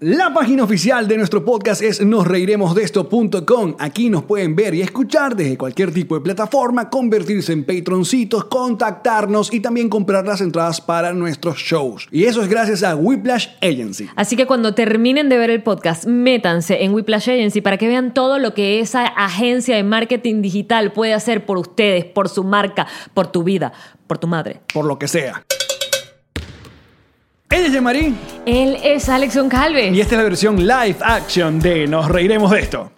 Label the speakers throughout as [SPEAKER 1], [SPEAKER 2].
[SPEAKER 1] La página oficial de nuestro podcast es nosreiremosdeesto.com. Aquí nos pueden ver y escuchar desde cualquier tipo de plataforma, convertirse en patroncitos, contactarnos y también comprar las entradas para nuestros shows. Y eso es gracias a Whiplash Agency.
[SPEAKER 2] Así que cuando terminen de ver el podcast, métanse en Whiplash Agency para que vean todo lo que esa agencia de marketing digital puede hacer por ustedes, por su marca, por tu vida, por tu madre.
[SPEAKER 1] Por lo que sea. Ella es Yamarín
[SPEAKER 2] Él es Alexon Calves.
[SPEAKER 1] y esta es la versión live action de Nos Reiremos de Esto.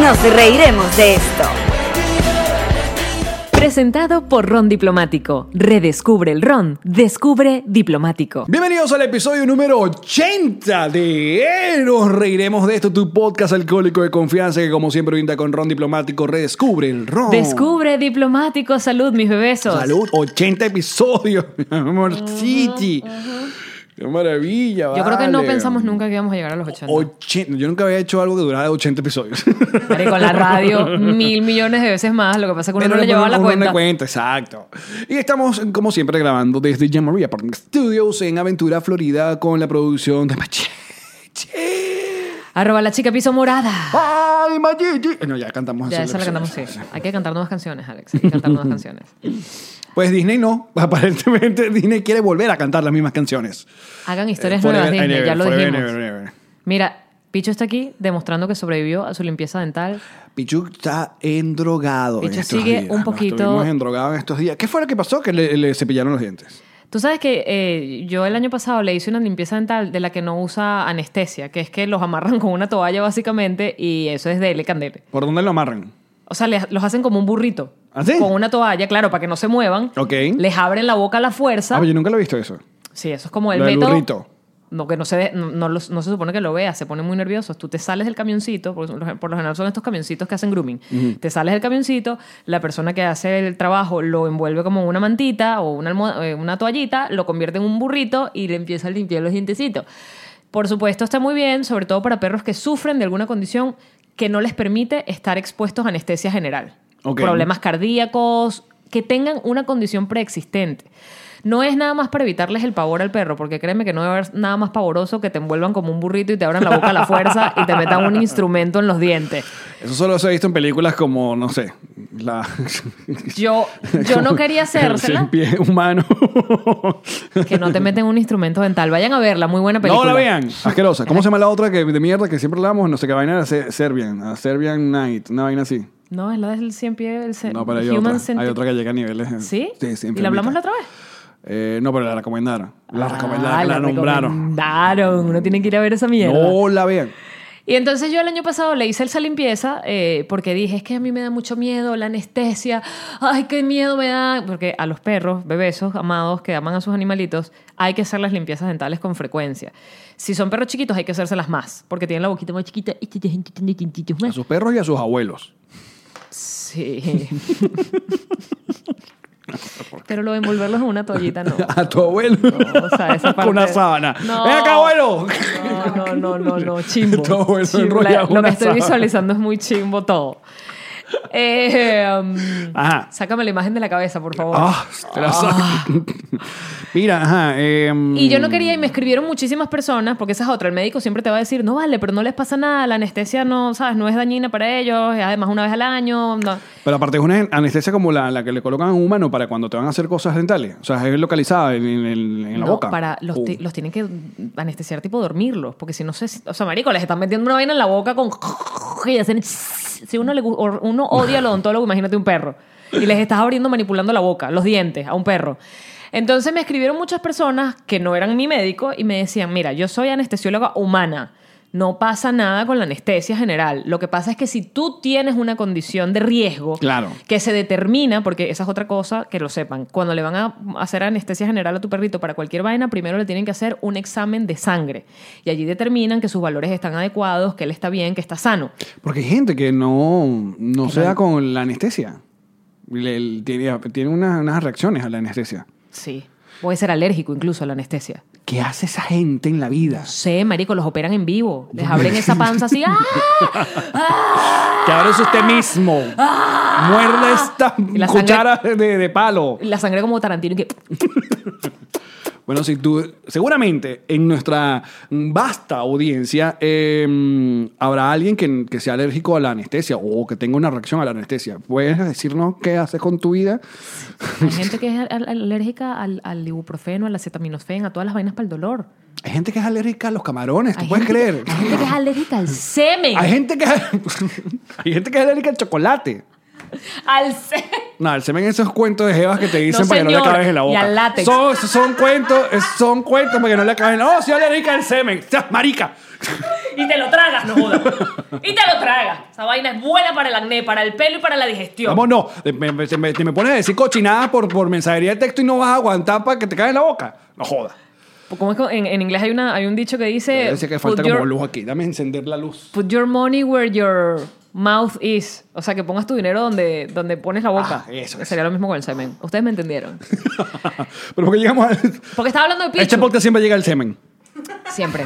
[SPEAKER 3] Nos reiremos de esto.
[SPEAKER 2] Presentado por Ron Diplomático. Redescubre el Ron. Descubre Diplomático.
[SPEAKER 1] Bienvenidos al episodio número 80 de Nos Reiremos de Esto, tu podcast alcohólico de confianza que como siempre brinda con Ron Diplomático, redescubre el Ron.
[SPEAKER 2] Descubre Diplomático. Salud, mis bebesos.
[SPEAKER 1] Salud, 80 episodios, mi amorciti. Qué maravilla,
[SPEAKER 2] Yo creo que no
[SPEAKER 1] vale.
[SPEAKER 2] pensamos nunca que íbamos a llegar a los 80.
[SPEAKER 1] Ochen- yo nunca había hecho algo que durara 80 episodios.
[SPEAKER 2] Marico, con la radio mil millones de veces más. Lo que pasa es que uno
[SPEAKER 1] Pero
[SPEAKER 2] no le
[SPEAKER 1] uno-
[SPEAKER 2] llevaba la
[SPEAKER 1] uno no
[SPEAKER 2] cuenta.
[SPEAKER 1] le cuenta, exacto. Y estamos, como siempre, grabando desde Jamboree Apartment Studios en Aventura, Florida, con la producción de Machete.
[SPEAKER 2] Arroba la chica piso morada.
[SPEAKER 1] ¡Ay, Machete! No, ya cantamos.
[SPEAKER 2] Ya,
[SPEAKER 1] eso,
[SPEAKER 2] esa la
[SPEAKER 1] eso,
[SPEAKER 2] cantamos, sí.
[SPEAKER 1] eso, eso.
[SPEAKER 2] Hay que cantar nuevas canciones, Alex. Hay que cantar nuevas canciones.
[SPEAKER 1] Pues Disney no. Aparentemente Disney quiere volver a cantar las mismas canciones.
[SPEAKER 2] Hagan historias
[SPEAKER 1] Eh,
[SPEAKER 2] nuevas,
[SPEAKER 1] Forever
[SPEAKER 2] Disney,
[SPEAKER 1] and Ever,
[SPEAKER 2] ya lo
[SPEAKER 1] Forever and
[SPEAKER 2] dijimos.
[SPEAKER 1] Ever and Ever.
[SPEAKER 2] Mira, Picho está aquí demostrando que sobrevivió a su limpieza dental.
[SPEAKER 1] Pichu está endrogado. en
[SPEAKER 2] Pichu
[SPEAKER 1] estos
[SPEAKER 2] sigue
[SPEAKER 1] días.
[SPEAKER 2] un
[SPEAKER 1] Nos
[SPEAKER 2] poquito-
[SPEAKER 1] Estuvimos endrogados en estos días. ¿Qué fue lo que pasó? Que le, le cepillaron los dientes.
[SPEAKER 2] Tú sabes que eh, yo el año pasado le hice una limpieza dental de la que no usa anestesia, que es que los amarran con una toalla básicamente y eso es dele candele.
[SPEAKER 1] ¿Por dónde lo amarran?
[SPEAKER 2] O sea, les- los hacen como un burrito.
[SPEAKER 1] ¿Ah, sí?
[SPEAKER 2] Con una toalla, claro, para que no se muevan.
[SPEAKER 1] Ok.
[SPEAKER 2] Les abren la boca a la fuerza.
[SPEAKER 1] Ah, yo nunca lo he visto eso.
[SPEAKER 2] Sí, eso es como el
[SPEAKER 1] Lo del
[SPEAKER 2] método.
[SPEAKER 1] burrito.
[SPEAKER 2] No, que no se, de- no, no los- no se supone que lo veas, se ponen muy nerviosos. Tú te sales del camioncito, por, lo- por lo general son estos camioncitos que hacen grooming. Te sales del camioncito, la persona que hace el trabajo lo envuelve como en una mantita o una, almoha- eh, una toallita, lo convierte en un burrito y le empieza a limpiar los dientecitos. Por supuesto, está muy bien, sobre todo para perros que sufren de alguna condición que no les permite estar expuestos a anestesia general.
[SPEAKER 1] Ok.
[SPEAKER 2] Problemas cardíacos, que tengan una condición preexistente. No es nada más para evitarles el pavor al perro, porque créeme que no debe haber nada más pavoroso que te envuelvan como un burrito y te abran la boca a la fuerza y te metan un instrumento en los dientes.
[SPEAKER 1] Eso solo se ha visto en películas como, no sé, la...
[SPEAKER 2] Yo, yo no quería
[SPEAKER 1] Sin
[SPEAKER 2] hacérsela,
[SPEAKER 1] pie humano.
[SPEAKER 2] que no te meten un instrumento dental. Vayan a verla, muy buena
[SPEAKER 1] no
[SPEAKER 2] película.
[SPEAKER 1] la vean. Asquerosa. ¿Cómo se llama la otra que, de mierda que siempre hablamos? No sé qué vaina. Se- Serbian. a Serbian Night. Una vaina así.
[SPEAKER 2] No, es la del cien pie, el cien-
[SPEAKER 1] No, pero hay
[SPEAKER 2] Eh, Human
[SPEAKER 1] otra.
[SPEAKER 2] Centip-
[SPEAKER 1] Hay otra que llega a niveles. eh,
[SPEAKER 2] ¿Sí?
[SPEAKER 1] sí
[SPEAKER 2] ¿Y la hablamos la
[SPEAKER 1] enfermita.
[SPEAKER 2] otra vez?
[SPEAKER 1] Eh, no, pero la recomendaron. La recomendaron.
[SPEAKER 2] Ah,
[SPEAKER 1] La, nombraron.
[SPEAKER 2] recomendaron. Uno tiene que ir a ver esa mierda.
[SPEAKER 1] No la vean.
[SPEAKER 2] Y entonces yo el año pasado le hice esa limpieza eh, porque dije, es que a mí me da mucho miedo la anestesia, ay, qué miedo me da, porque a los perros, bebesos, amados, que aman a sus animalitos, hay que hacer las limpiezas dentales con frecuencia. Si son perros chiquitos hay que hacérselas más, porque tienen la boquita más chiquita.
[SPEAKER 1] A sus perros y a sus abuelos.
[SPEAKER 2] Sí. Pero lo de envolverlos en una toallita no.
[SPEAKER 1] A tu abuelo.
[SPEAKER 2] No, o sea, esa parte-
[SPEAKER 1] Con una sábana.
[SPEAKER 2] No.
[SPEAKER 1] ¡Ven acá, abuelo!
[SPEAKER 2] No, no, no, no, no, chimbo.
[SPEAKER 1] Todo bueno,
[SPEAKER 2] Chimbo.
[SPEAKER 1] enrollado en
[SPEAKER 2] La- lo que
[SPEAKER 1] una
[SPEAKER 2] estoy
[SPEAKER 1] sábana.
[SPEAKER 2] visualizando es muy chimbo todo. Eh, um,
[SPEAKER 1] Ajá.
[SPEAKER 2] sácame la imagen de la cabeza, por favor.
[SPEAKER 1] Ah, te la saco. Mira, ajá. em,
[SPEAKER 2] Y yo no quería, y me escribieron muchísimas personas, porque esa es otra. El médico siempre te va a decir, no vale, pero no les pasa nada, la anestesia no, ¿sabes? No es dañina para ellos, es además una vez al año. no.
[SPEAKER 1] Pero aparte es una anestesia como la, la que le colocan a un humano para cuando te van a hacer cosas dentales. O sea, es localizada en, en- en- en la
[SPEAKER 2] No,
[SPEAKER 1] boca.
[SPEAKER 2] Para los,
[SPEAKER 1] Oh.
[SPEAKER 2] ti- los tienen que anestesiar, tipo dormirlos, porque si no se. O sea, marico, les están metiendo una vaina en la boca con. Y hacen. Si uno, le, gu- o- uno odia al odontólogo, imagínate un perro. Y les estás abriendo, manipulando la boca, los dientes, a un perro. Entonces me escribieron muchas personas que no eran mi médico y me decían: Mira, yo soy anestesióloga humana. No pasa nada con la anestesia general. Lo que pasa es que si tú tienes una condición de riesgo
[SPEAKER 1] Claro.
[SPEAKER 2] que se determina, porque esa es otra cosa que lo sepan, cuando le van a hacer anestesia general a tu perrito para cualquier vaina, primero le tienen que hacer un examen de sangre y allí determinan que sus valores están adecuados, que él está bien, que está sano.
[SPEAKER 1] Porque hay gente que no, no se
[SPEAKER 2] no-
[SPEAKER 1] da con la anestesia. Le- le- tiene tiene unas, unas reacciones a la anestesia.
[SPEAKER 2] Sí. Puede ser alérgico incluso a la anestesia.
[SPEAKER 1] ¿Qué hace esa gente en la vida?
[SPEAKER 2] sé, marico, los operan en vivo. Les abren esa panza así. ¡Ah!
[SPEAKER 1] Que ahora es usted mismo. Muerde esta
[SPEAKER 2] Ah. Y la
[SPEAKER 1] cuchara de, de palo.
[SPEAKER 2] Y La sangre como Tarantino y que...
[SPEAKER 1] Bueno, si tú, seguramente en nuestra vasta audiencia eh, habrá alguien que, que sea alérgico a la anestesia o que tenga una reacción a la anestesia. ¿Puedes decirnos qué haces con tu vida?
[SPEAKER 2] Hay gente que es al- al- alérgica al, al ibuprofeno, al acetaminofén, a todas las vainas para el dolor.
[SPEAKER 1] Hay gente que es alérgica a los camarones, ¿tú
[SPEAKER 2] Hay
[SPEAKER 1] puedes
[SPEAKER 2] gente-
[SPEAKER 1] creer?
[SPEAKER 2] Hay gente que es alérgica al semen.
[SPEAKER 1] Hay gente que hay gente que es alérgica al chocolate.
[SPEAKER 2] Al semen.
[SPEAKER 1] No, el semen esos cuentos de jevas que te dicen
[SPEAKER 2] No,
[SPEAKER 1] para que no le
[SPEAKER 2] señor.
[SPEAKER 1] acabes en la boca.
[SPEAKER 2] Y al látex.
[SPEAKER 1] Son, son cuentos, es- son cuentos para que no le acabes en la boca. ¡Oh, sí, alérgica al semen! ¡Estás marica!
[SPEAKER 2] Y te lo tragas, no jodas. Y te lo tragas. Esa vaina es buena para el acné, para el pelo y para la digestión.
[SPEAKER 1] Vamos, no. Te me, me- te me- te me pones a decir cochinadas por, por mensajería de texto y no vas a aguantar para que te caiga en la boca. No jodas.
[SPEAKER 2] ¿Cómo es que en, en inglés hay, una, hay un dicho que dice...
[SPEAKER 1] Parece que falta
[SPEAKER 2] "Put your-
[SPEAKER 1] como luz aquí. Dame encender la luz.
[SPEAKER 2] Put your money where your mouth is. O sea, que pongas tu dinero donde, donde pones la boca.
[SPEAKER 1] Ah, eso,
[SPEAKER 2] Que
[SPEAKER 1] eso.
[SPEAKER 2] Sería lo mismo con el semen. Ustedes me entendieron.
[SPEAKER 1] Pero porque llegamos al.
[SPEAKER 2] Porque estaba hablando de Pichu.
[SPEAKER 1] Este podcast siempre llega el semen.
[SPEAKER 2] Siempre.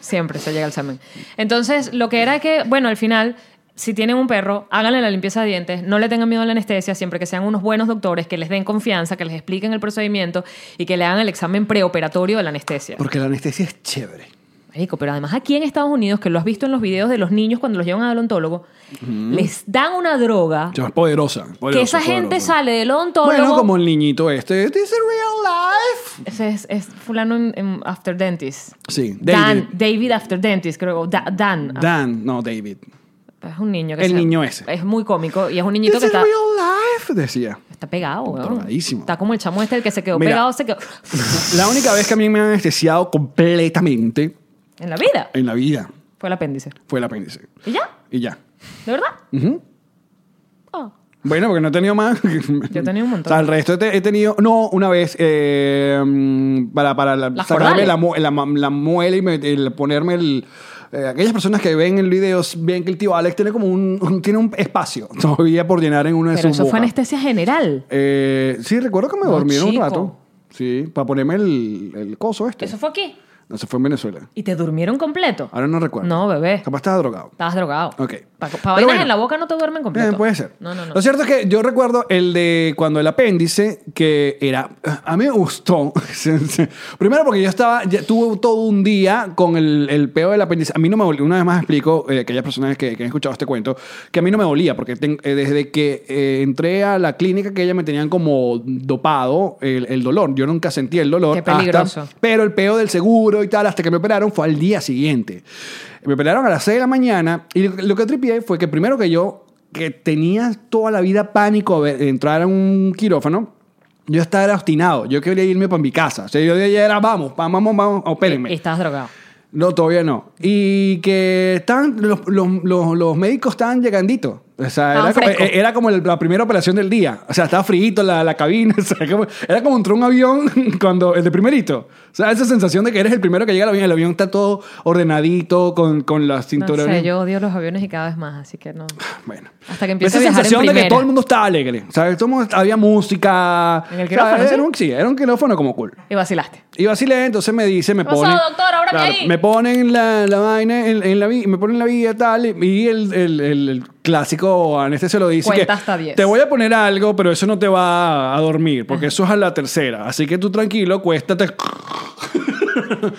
[SPEAKER 2] Siempre se llega al semen. Entonces, lo que era que, bueno, al final, si tienen un perro, háganle la limpieza de dientes, no le tengan miedo a la anestesia, siempre que sean unos buenos doctores, que les den confianza, que les expliquen el procedimiento y que le hagan el examen preoperatorio de la anestesia.
[SPEAKER 1] Porque la anestesia es chévere.
[SPEAKER 2] Marico, pero además aquí en Estados Unidos, que lo has visto en los videos de los niños cuando los llevan al odontólogo, les dan una droga
[SPEAKER 1] Es poderosa.
[SPEAKER 2] que
[SPEAKER 1] poderosa,
[SPEAKER 2] esa gente
[SPEAKER 1] poderosa.
[SPEAKER 2] sale del odontólogo.
[SPEAKER 1] Bueno, como el niñito este. This is real life.
[SPEAKER 2] Ese es, es fulano en, en After Dentist.
[SPEAKER 1] Sí,
[SPEAKER 2] Dan, David After Dentist, creo. Da- Dan.
[SPEAKER 1] Dan, no, David.
[SPEAKER 2] Es un niño que
[SPEAKER 1] El
[SPEAKER 2] se-
[SPEAKER 1] niño ese.
[SPEAKER 2] Es muy cómico y es un niñito
[SPEAKER 1] This
[SPEAKER 2] que
[SPEAKER 1] is
[SPEAKER 2] está,
[SPEAKER 1] real life, decía.
[SPEAKER 2] está pegado, weón.
[SPEAKER 1] Drogadísimo.
[SPEAKER 2] Está como el chamo este, el que se quedó
[SPEAKER 1] Mira.
[SPEAKER 2] pegado, se quedó
[SPEAKER 1] La única vez que a mí me han anestesiado completamente
[SPEAKER 2] en la vida.
[SPEAKER 1] en la vida
[SPEAKER 2] Fue el apéndice.
[SPEAKER 1] fue el apéndice.
[SPEAKER 2] ¿Y ya?
[SPEAKER 1] Y ya.
[SPEAKER 2] ¿De verdad?
[SPEAKER 1] Ujú.
[SPEAKER 2] Ah.
[SPEAKER 1] Bueno, porque no he tenido más. Yo
[SPEAKER 2] he tenido un montón.
[SPEAKER 1] O sea, el resto he, te- he tenido. No, una vez. eh, mm, para para la-
[SPEAKER 2] Las
[SPEAKER 1] sacarme
[SPEAKER 2] cordales.
[SPEAKER 1] la, mu- la ma- la muela y me- el ponerme el. eh, aquellas personas que ven el video ven que el tío Alex tiene como un, un- tiene un espacio todavía por llenar en una de
[SPEAKER 2] Pero
[SPEAKER 1] sus
[SPEAKER 2] eso fue
[SPEAKER 1] bocas.
[SPEAKER 2] anestesia general.
[SPEAKER 1] Eh, sí, recuerdo que me
[SPEAKER 2] No,
[SPEAKER 1] dormieron
[SPEAKER 2] chico.
[SPEAKER 1] un rato. Sí, para ponerme el, el coso este.
[SPEAKER 2] Eso fue aquí.
[SPEAKER 1] No, se fue en Venezuela.
[SPEAKER 2] ¿Y te durmieron completo?
[SPEAKER 1] Ahora no recuerdo.
[SPEAKER 2] No, bebé.
[SPEAKER 1] Capaz estaba drogado.
[SPEAKER 2] Estabas drogado.
[SPEAKER 1] Ok.
[SPEAKER 2] Para
[SPEAKER 1] Pero
[SPEAKER 2] vainas
[SPEAKER 1] bueno.
[SPEAKER 2] en la boca no te duermen completo.
[SPEAKER 1] Eh, puede ser.
[SPEAKER 2] No, no, no.
[SPEAKER 1] Lo cierto es que yo recuerdo el de cuando el apéndice, que era. A mí me gustó. Primero porque yo estaba. Ya, tuve todo un día con el, el peo del apéndice. A mí no me dolía. Una vez más explico, eh, aquellas personas que, que han escuchado este cuento, que a mí no me dolía, porque ten- eh, desde que eh, entré a la clínica que ella me tenían como dopado el, el dolor. Yo nunca sentí el dolor.
[SPEAKER 2] Qué
[SPEAKER 1] hasta-
[SPEAKER 2] peligroso.
[SPEAKER 1] pero el peo del seguro y tal, hasta que me operaron, fue al día siguiente. Me operaron a las 6 de la mañana y lo, lo que tripié fue que primero que yo, que tenía toda la vida pánico a ver- entrar a un quirófano, yo estaba era obstinado. Yo quería irme para mi casa. O sea, yo ya era, vamos, pa- vamos, vamos, opérenme.
[SPEAKER 2] Y estabas drogado.
[SPEAKER 1] No, todavía no. Y que estaban, los, los- los- los médicos estaban lleganditos. O sea,
[SPEAKER 2] Estaban
[SPEAKER 1] era como,
[SPEAKER 2] frescos.
[SPEAKER 1] e- era como el- la primera operación del día. O sea, estaba frito la, la cabina. O sea, como- era como entrar un avión cuando el de primerito. O sea, esa sensación de que eres el primero que llega al avión. El avión está todo ordenadito, con, con las
[SPEAKER 2] No
[SPEAKER 1] cinturones.
[SPEAKER 2] sé, yo odio los aviones y cada vez más, así que no.
[SPEAKER 1] Bueno.
[SPEAKER 2] Hasta que
[SPEAKER 1] Esa
[SPEAKER 2] empiece a viajar en
[SPEAKER 1] sensación de que
[SPEAKER 2] primera.
[SPEAKER 1] todo el mundo estaba alegre. O sea, todo el mundo- había música.
[SPEAKER 2] En el
[SPEAKER 1] O sea,
[SPEAKER 2] quirófano, ¿sí?
[SPEAKER 1] era un, sí, era un quirófano como cool.
[SPEAKER 2] Y vacilaste.
[SPEAKER 1] Y vacilé, entonces me dice, me
[SPEAKER 2] ¿Qué pasó,
[SPEAKER 1] ponen.
[SPEAKER 2] doctor? Ábrame ahí.
[SPEAKER 1] Me ponen la, la vaina en, en la vi- me ponen la vía tal. Y, y el, el- el- el clásico anestesio lo dice.
[SPEAKER 2] Cuenta
[SPEAKER 1] que
[SPEAKER 2] hasta 10.
[SPEAKER 1] Te voy a poner algo, pero eso no te va a dormir, porque eso es a la tercera. Así que tú tranquilo, cuéstate.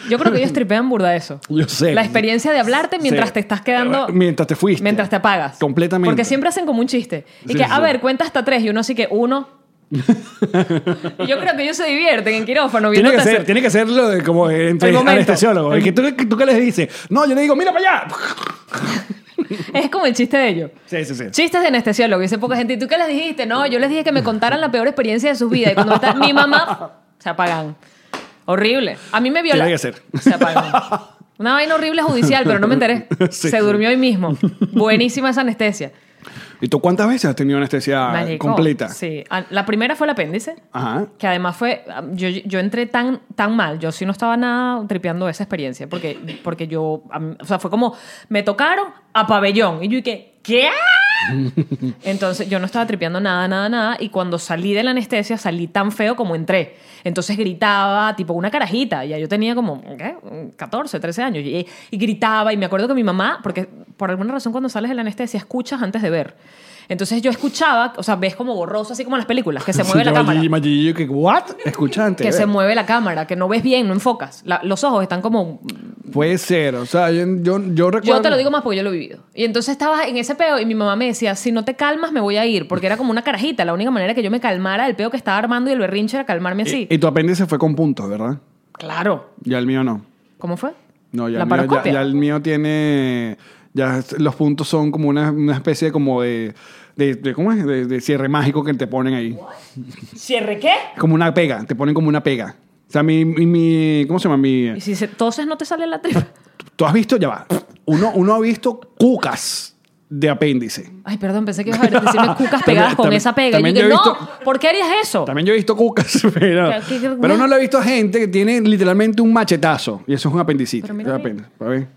[SPEAKER 2] Yo creo que ellos tripean burda eso.
[SPEAKER 1] Yo sé.
[SPEAKER 2] La experiencia de hablarte
[SPEAKER 1] Sí.
[SPEAKER 2] mientras
[SPEAKER 1] Eh,
[SPEAKER 2] te estás quedando.
[SPEAKER 1] Mientras te fuiste.
[SPEAKER 2] Mientras te apagas.
[SPEAKER 1] Completamente.
[SPEAKER 2] Porque siempre hacen como un chiste. Y
[SPEAKER 1] Sí,
[SPEAKER 2] que, a
[SPEAKER 1] sí.
[SPEAKER 2] ver, cuenta hasta tres. Y uno así que, uno. y yo creo que ellos se divierten en quirófano.
[SPEAKER 1] Tiene que,
[SPEAKER 2] viéndote
[SPEAKER 1] ser,
[SPEAKER 2] hacer- Em.
[SPEAKER 1] tiene que ser lo de como entre
[SPEAKER 2] El momento.
[SPEAKER 1] anestesiólogo. Y que tú, tú qué les dices? No, yo le digo, mira para allá.
[SPEAKER 2] Es como el chiste de ellos.
[SPEAKER 1] Sí, sí, sí.
[SPEAKER 2] Chistes de anestesiólogo. Dice poca gente. ¿Y tú qué les dijiste? No, yo les dije que me contaran la peor experiencia de sus vidas. Y cuando está mi mamá, se apagan. Horrible. A mí me viola.
[SPEAKER 1] Tiene que ser.
[SPEAKER 2] Se apagan. Una vaina horrible judicial, pero no me enteré.
[SPEAKER 1] Sí, sí.
[SPEAKER 2] se durmió hoy mismo. Buenísima esa anestesia.
[SPEAKER 1] ¿Y tú cuántas veces has tenido anestesia
[SPEAKER 2] Marico,
[SPEAKER 1] completa?
[SPEAKER 2] Sí. Ah, La primera fue el apéndice.
[SPEAKER 1] Ajá.
[SPEAKER 2] Que además fue, yo, yo entré tan, tan mal, yo sí no estaba nada tripeando esa experiencia, porque, porque yo, a mí- o sea, fue como, me tocaron a pabellón, y yo dije, ¿qué? Entonces yo no estaba tripeando nada, nada, nada. Y cuando salí de la anestesia, salí tan feo como entré. Entonces gritaba, tipo una carajita. Ya yo tenía como, ¿qué? 14, 13 años. Y, y gritaba. Y me acuerdo que mi mamá, porque por alguna razón cuando sales de la anestesia escuchas antes de ver. Entonces yo escuchaba, o sea, ves como borroso, así como en las películas, que se mueve la cámara.
[SPEAKER 1] Magillo, que, ¿what? eh. Escuchante.
[SPEAKER 2] Que se mueve la cámara, que no ves bien, no enfocas. La- los ojos están como
[SPEAKER 1] Puede ser, o sea, yo, yo, yo recuerdo.
[SPEAKER 2] yo te lo digo más porque yo lo he vivido. Y entonces estaba en ese peo y mi mamá me decía, si no te calmas me voy a ir, porque era como una carajita. La única manera que yo me calmara del peo que estaba armando y el berrinche era calmarme así.
[SPEAKER 1] Y, y tu apéndice fue con puntos, ¿verdad?
[SPEAKER 2] claro.
[SPEAKER 1] Ya el mío no.
[SPEAKER 2] ¿Cómo fue?
[SPEAKER 1] No, ya,
[SPEAKER 2] La
[SPEAKER 1] el, mío, ya,
[SPEAKER 2] paroscopia.
[SPEAKER 1] ya el mío tiene. Ya es- los puntos son como una, una especie de como de, de, de- ¿Cómo es? De, de cierre mágico que te ponen ahí.
[SPEAKER 2] ¿Cierre qué?
[SPEAKER 1] Como una pega, te ponen como una pega. O sea, mi. mi- mi- ¿Cómo se llama? Mi.
[SPEAKER 2] Y si se- entonces no te sale la tripa.
[SPEAKER 1] Tú has visto, ya va. Uno, uno ha visto cucas de apéndice.
[SPEAKER 2] Ay, perdón, pensé que ibas a decirme cucas pegadas
[SPEAKER 1] También-
[SPEAKER 2] con
[SPEAKER 1] también-
[SPEAKER 2] esa pega. Y yo
[SPEAKER 1] también
[SPEAKER 2] que,
[SPEAKER 1] yo he
[SPEAKER 2] no,
[SPEAKER 1] visto-
[SPEAKER 2] ¿por qué harías eso?
[SPEAKER 1] También yo he visto cucas, pero,
[SPEAKER 2] Pero qué- qué-
[SPEAKER 1] pero no lo he visto a gente que tiene literalmente un machetazo. Y eso es un apendicitis.
[SPEAKER 2] Pero
[SPEAKER 1] Es
[SPEAKER 2] mira a mí.
[SPEAKER 1] apen- a ver.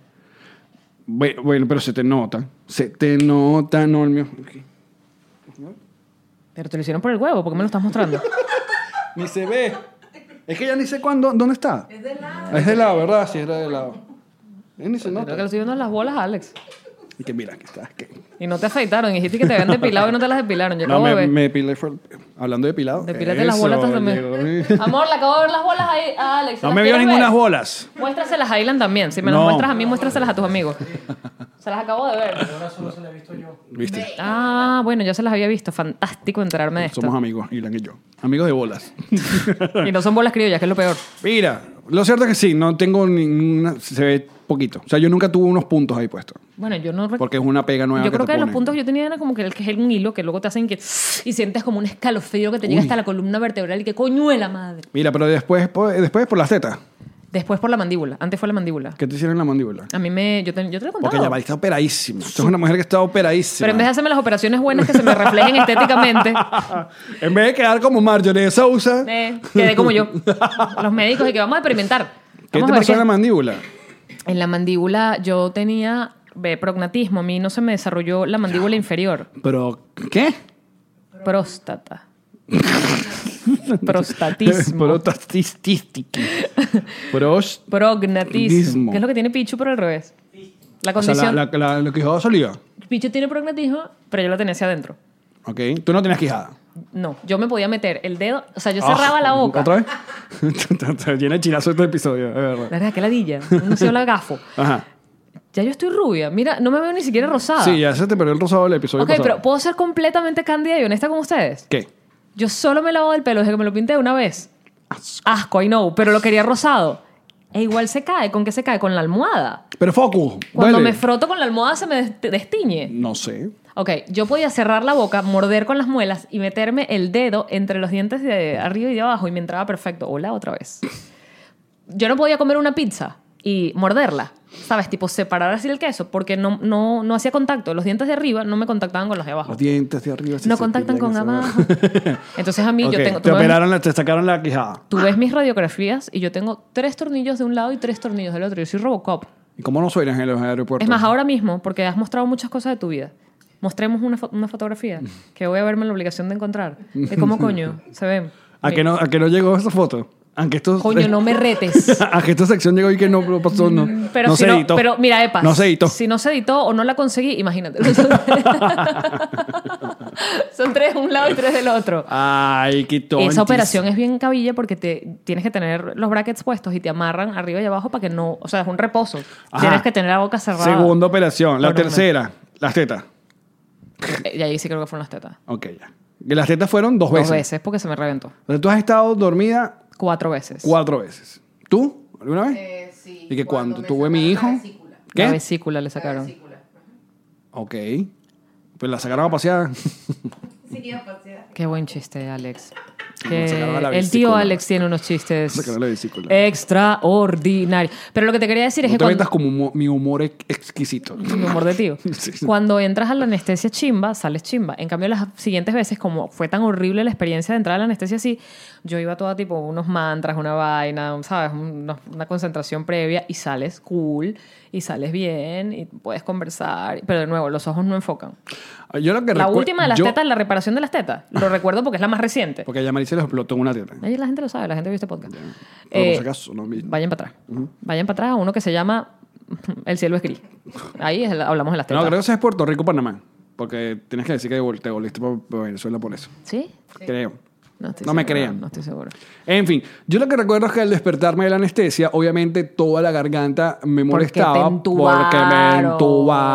[SPEAKER 1] Bueno, bueno, pero se te nota. Se te nota, no el mío.
[SPEAKER 2] Pero te lo hicieron por el huevo, ¿por qué me lo estás mostrando?
[SPEAKER 1] Ni se ve. Es que ya ni sé cuándo, dónde está. Es de lado. Es de lado, ¿verdad? Sí, era de lado. Eh, Ni se
[SPEAKER 2] Creo que
[SPEAKER 1] nota.
[SPEAKER 2] lo estoy viendo en las bolas, Alex.
[SPEAKER 1] Y que mira, aquí está. que-
[SPEAKER 2] Y no te afeitaron, y dijiste que te habían depilado y no te las depilaron. Yo "Oh,
[SPEAKER 1] No,
[SPEAKER 2] acabo de
[SPEAKER 1] me,
[SPEAKER 2] ver.
[SPEAKER 1] me depilé fue- Hablando de pilado.
[SPEAKER 2] Depílate las
[SPEAKER 1] eso,
[SPEAKER 2] bolas también.
[SPEAKER 1] Diego.
[SPEAKER 2] Amor, le acabo de ver las bolas ahí a Alex. ¿se
[SPEAKER 1] No
[SPEAKER 2] las
[SPEAKER 1] me vio
[SPEAKER 2] quieres
[SPEAKER 1] ninguna
[SPEAKER 2] ver?
[SPEAKER 1] bolas.
[SPEAKER 2] Muéstraselas a Ilan también. Si me las
[SPEAKER 1] No.
[SPEAKER 2] muestras a mí, muéstraselas a tus amigos. Se las acabo de ver.
[SPEAKER 1] ¿Viste?
[SPEAKER 2] Ah, bueno, yo se las había visto. Fantástico enterarme de esto.
[SPEAKER 1] Somos amigos, Ilan y yo. Amigos de bolas.
[SPEAKER 2] Y no son bolas criollas, que es lo peor.
[SPEAKER 1] Mira, lo cierto es que sí, no tengo ninguna. Se ve poquito. O sea, yo nunca tuve unos puntos ahí puestos.
[SPEAKER 2] Bueno, yo no recuerdo.
[SPEAKER 1] Porque es una pega nueva.
[SPEAKER 2] Yo creo
[SPEAKER 1] te
[SPEAKER 2] que los
[SPEAKER 1] ponen.
[SPEAKER 2] puntos que yo tenía era como que el que es un hilo que luego te hacen que. Y sientes como un escalofrío que te llega hasta la columna vertebral y que coño de la madre.
[SPEAKER 1] Mira, pero después, po- después por las tetas.
[SPEAKER 2] Después por la mandíbula. Antes fue la mandíbula.
[SPEAKER 1] ¿Qué te hicieron en la mandíbula?
[SPEAKER 2] A mí me. Yo te, yo te lo he
[SPEAKER 1] Porque
[SPEAKER 2] contado.
[SPEAKER 1] ya va, está operadísima. Esto es una mujer que está operadísima.
[SPEAKER 2] Pero en vez de hacerme las operaciones buenas que se me reflejen estéticamente,
[SPEAKER 1] de... quedar como Marjorie de Sousa,
[SPEAKER 2] eh, quedé como yo. Los médicos y que vamos a experimentar.
[SPEAKER 1] ¿qué
[SPEAKER 2] Vamos
[SPEAKER 1] te
[SPEAKER 2] a ver
[SPEAKER 1] pasó
[SPEAKER 2] qué-
[SPEAKER 1] en la mandíbula?
[SPEAKER 2] En la mandíbula yo tenía eh, prognatismo, a mí no se me desarrolló la mandíbula inferior,
[SPEAKER 1] Pero, ¿qué?
[SPEAKER 2] próstata. Prostatismo.
[SPEAKER 1] Prostatistística. Pros.
[SPEAKER 2] prognatismo.
[SPEAKER 1] Dismo.
[SPEAKER 2] ¿Qué es lo que tiene Pichu por el revés? La
[SPEAKER 1] O sea,
[SPEAKER 2] condición.
[SPEAKER 1] la, la- la- lo que yo salía.
[SPEAKER 2] Pichu tiene prognatismo, pero yo la tenía hacia adentro.
[SPEAKER 1] Ok. Tú no tenías quijada.
[SPEAKER 2] No, yo me podía meter el dedo, o sea, yo
[SPEAKER 1] Ah,
[SPEAKER 2] cerraba la boca.
[SPEAKER 1] ¿Otra vez? Te Llena de chinazo este episodio, es verdad.
[SPEAKER 2] La verdad, que ladilla. Uno se habla gafo.
[SPEAKER 1] Ajá.
[SPEAKER 2] Ya yo estoy rubia. Mira, no me veo ni siquiera rosada.
[SPEAKER 1] Sí, ya se te perdió el rosado del episodio.
[SPEAKER 2] Ah. ok,
[SPEAKER 1] pasado.
[SPEAKER 2] pero ¿puedo ser completamente cándida y honesta con ustedes?
[SPEAKER 1] ¿Qué?
[SPEAKER 2] Yo solo me lavo el pelo desde que me lo pinté una vez. Asco, I know, pero lo quería rosado. E igual se cae. ¿Con qué se cae? Con la almohada.
[SPEAKER 1] Pero Focus.
[SPEAKER 2] Cuando
[SPEAKER 1] duele.
[SPEAKER 2] me froto con la almohada se me dest- destiñe.
[SPEAKER 1] No sé.
[SPEAKER 2] Ok, yo podía cerrar la boca, morder con las muelas y meterme el dedo entre los dientes de arriba y de abajo y me entraba perfecto. Hola, otra vez. Yo no podía comer una pizza y morderla, ¿sabes? Tipo separar así el queso porque no, no, no hacía contacto. Los dientes de arriba no me contactaban con los de abajo.
[SPEAKER 1] Los dientes de arriba. sí
[SPEAKER 2] No
[SPEAKER 1] se
[SPEAKER 2] contactan
[SPEAKER 1] pillan,
[SPEAKER 2] con
[SPEAKER 1] se
[SPEAKER 2] abajo.
[SPEAKER 1] van.
[SPEAKER 2] Entonces a mí
[SPEAKER 1] Ok,
[SPEAKER 2] yo tengo...
[SPEAKER 1] Te
[SPEAKER 2] tú me ves-
[SPEAKER 1] operaron, la- te sacaron la quijada.
[SPEAKER 2] Tú ves mis radiografías y yo tengo tres tornillos de un lado y tres tornillos del otro. Yo soy Robocop.
[SPEAKER 1] ¿Y cómo no suenas en los aeropuertos?
[SPEAKER 2] Es más, ahora mismo, porque has mostrado muchas cosas de tu vida, mostremos una, fo- una fotografía que voy a verme en la obligación de encontrar. De cómo coño se ven.
[SPEAKER 1] ¿A que, no, ¿A que no llegó esa foto? Aunque esto...
[SPEAKER 2] Coño, no me retes.
[SPEAKER 1] a que esta sección llegó y que no pasó, no,
[SPEAKER 2] Pero,
[SPEAKER 1] no
[SPEAKER 2] si
[SPEAKER 1] se
[SPEAKER 2] no-
[SPEAKER 1] editó.
[SPEAKER 2] pero mira, Epas.
[SPEAKER 1] No se editó.
[SPEAKER 2] Si no se editó o no la conseguí, imagínate. Son tres de un lado y tres del otro.
[SPEAKER 1] Ay, qué tontis.
[SPEAKER 2] Esa operación es bien cabilla porque te, tienes que tener los brackets puestos y te amarran arriba y abajo para que no. O sea, es un reposo.
[SPEAKER 1] Ajá.
[SPEAKER 2] Tienes que tener la boca cerrada.
[SPEAKER 1] Segunda operación. La
[SPEAKER 2] Bueno, me-
[SPEAKER 1] tercera. Las tetas.
[SPEAKER 2] Eh, Y ahí sí creo que fueron las tetas.
[SPEAKER 1] Ok, ya. Que Las tetas fueron dos veces.
[SPEAKER 2] Dos veces porque se me reventó.
[SPEAKER 1] Entonces, tú has estado dormida
[SPEAKER 2] Cuatro veces.
[SPEAKER 1] Cuatro veces. ¿Tú? ¿Alguna vez?
[SPEAKER 4] Eh, sí.
[SPEAKER 1] ¿Y que cuando,
[SPEAKER 4] me
[SPEAKER 1] tuve mi hijo?
[SPEAKER 4] sacaron la vesícula.
[SPEAKER 2] La
[SPEAKER 1] ¿Qué?
[SPEAKER 2] vesícula le sacaron.
[SPEAKER 1] Ok. Pues la sacaron a pasear.
[SPEAKER 4] Sí, a pasear.
[SPEAKER 2] Qué buen chiste, Alex. Que
[SPEAKER 1] sacaron a la
[SPEAKER 2] Eh, el tío
[SPEAKER 1] vesícula.
[SPEAKER 2] Alex tiene unos chistes
[SPEAKER 1] Sacaron la vesícula.
[SPEAKER 2] extraordinarios. Pero lo que te quería decir es
[SPEAKER 1] No
[SPEAKER 2] que
[SPEAKER 1] te
[SPEAKER 2] cuando,
[SPEAKER 1] metas como humo- mi humor ex- exquisito.
[SPEAKER 2] mi humor de tío.
[SPEAKER 1] Sí.
[SPEAKER 2] Cuando entras a la anestesia chimba, sales chimba. En cambio, las siguientes veces, como fue tan horrible la experiencia de entrar a la anestesia así, yo iba toda tipo unos mantras, una vaina, ¿sabes? Una, una concentración previa y sales cool y sales bien y puedes conversar. Pero de nuevo, los ojos no enfocan.
[SPEAKER 1] Yo lo que
[SPEAKER 2] La
[SPEAKER 1] recu-
[SPEAKER 2] última de las
[SPEAKER 1] Eh, yo-
[SPEAKER 2] tetas, la reparación de las tetas. Lo recuerdo porque es la más reciente.
[SPEAKER 1] Porque a Yamari se les explotó una teta.
[SPEAKER 2] Ahí la gente lo sabe, la gente vio este podcast.
[SPEAKER 1] Pero por
[SPEAKER 2] Eh,
[SPEAKER 1] si acaso, no, mi-
[SPEAKER 2] Vayan para atrás. Vayan para atrás a uno que se llama El cielo es gris. Ahí es el- hablamos de las
[SPEAKER 1] No,
[SPEAKER 2] tetas.
[SPEAKER 1] creo que eso es Puerto Rico, Panamá. Porque tienes que decir que vol- te volviste para Venezuela por eso.
[SPEAKER 2] ¿Sí?
[SPEAKER 1] Creo.
[SPEAKER 2] No, estoy
[SPEAKER 1] No me
[SPEAKER 2] segura,
[SPEAKER 1] crean.
[SPEAKER 2] No estoy seguro.
[SPEAKER 1] En fin, yo lo que recuerdo es que al despertarme de la anestesia, obviamente toda la garganta me
[SPEAKER 2] Porque te
[SPEAKER 1] molestaba porque me
[SPEAKER 2] entubaron.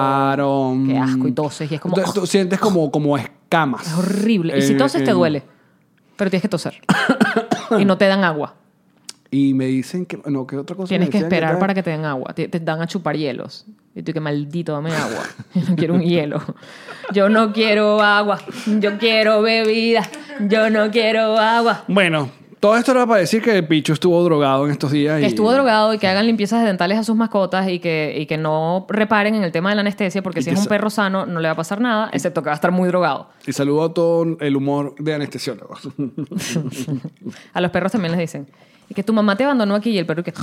[SPEAKER 1] entubaron.
[SPEAKER 2] Qué asco, y toses, y es como- ¡oh!
[SPEAKER 1] Entonces, tú sientes como, como escamas.
[SPEAKER 2] Es horrible. Y si
[SPEAKER 1] En-
[SPEAKER 2] toses te
[SPEAKER 1] Eh, en-
[SPEAKER 2] duele. Pero tienes que toser. y no te dan agua.
[SPEAKER 1] Y me dicen que. No, que otra cosa.
[SPEAKER 2] Tienes
[SPEAKER 1] me
[SPEAKER 2] que
[SPEAKER 1] decían
[SPEAKER 2] esperar
[SPEAKER 1] tal?
[SPEAKER 2] para que te den agua. Te, te dan a chupar hielos. Y tú que maldito, dame agua. Yo no quiero un hielo. Yo no quiero agua. Yo quiero bebida. Yo no quiero agua.
[SPEAKER 1] Bueno, todo esto era para decir que el Picho estuvo drogado en estos días.
[SPEAKER 2] Que
[SPEAKER 1] y-
[SPEAKER 2] estuvo drogado y que hagan limpiezas dentales a sus mascotas y que, y que no reparen en el tema de la anestesia, porque
[SPEAKER 1] Y
[SPEAKER 2] si
[SPEAKER 1] que
[SPEAKER 2] es un
[SPEAKER 1] sa-
[SPEAKER 2] perro sano no le va a pasar nada, excepto que va a estar muy drogado.
[SPEAKER 1] Y saludo a todo el humor de anestesiólogos.
[SPEAKER 2] A los perros también les dicen. Y que tu mamá te abandonó aquí y el perro que...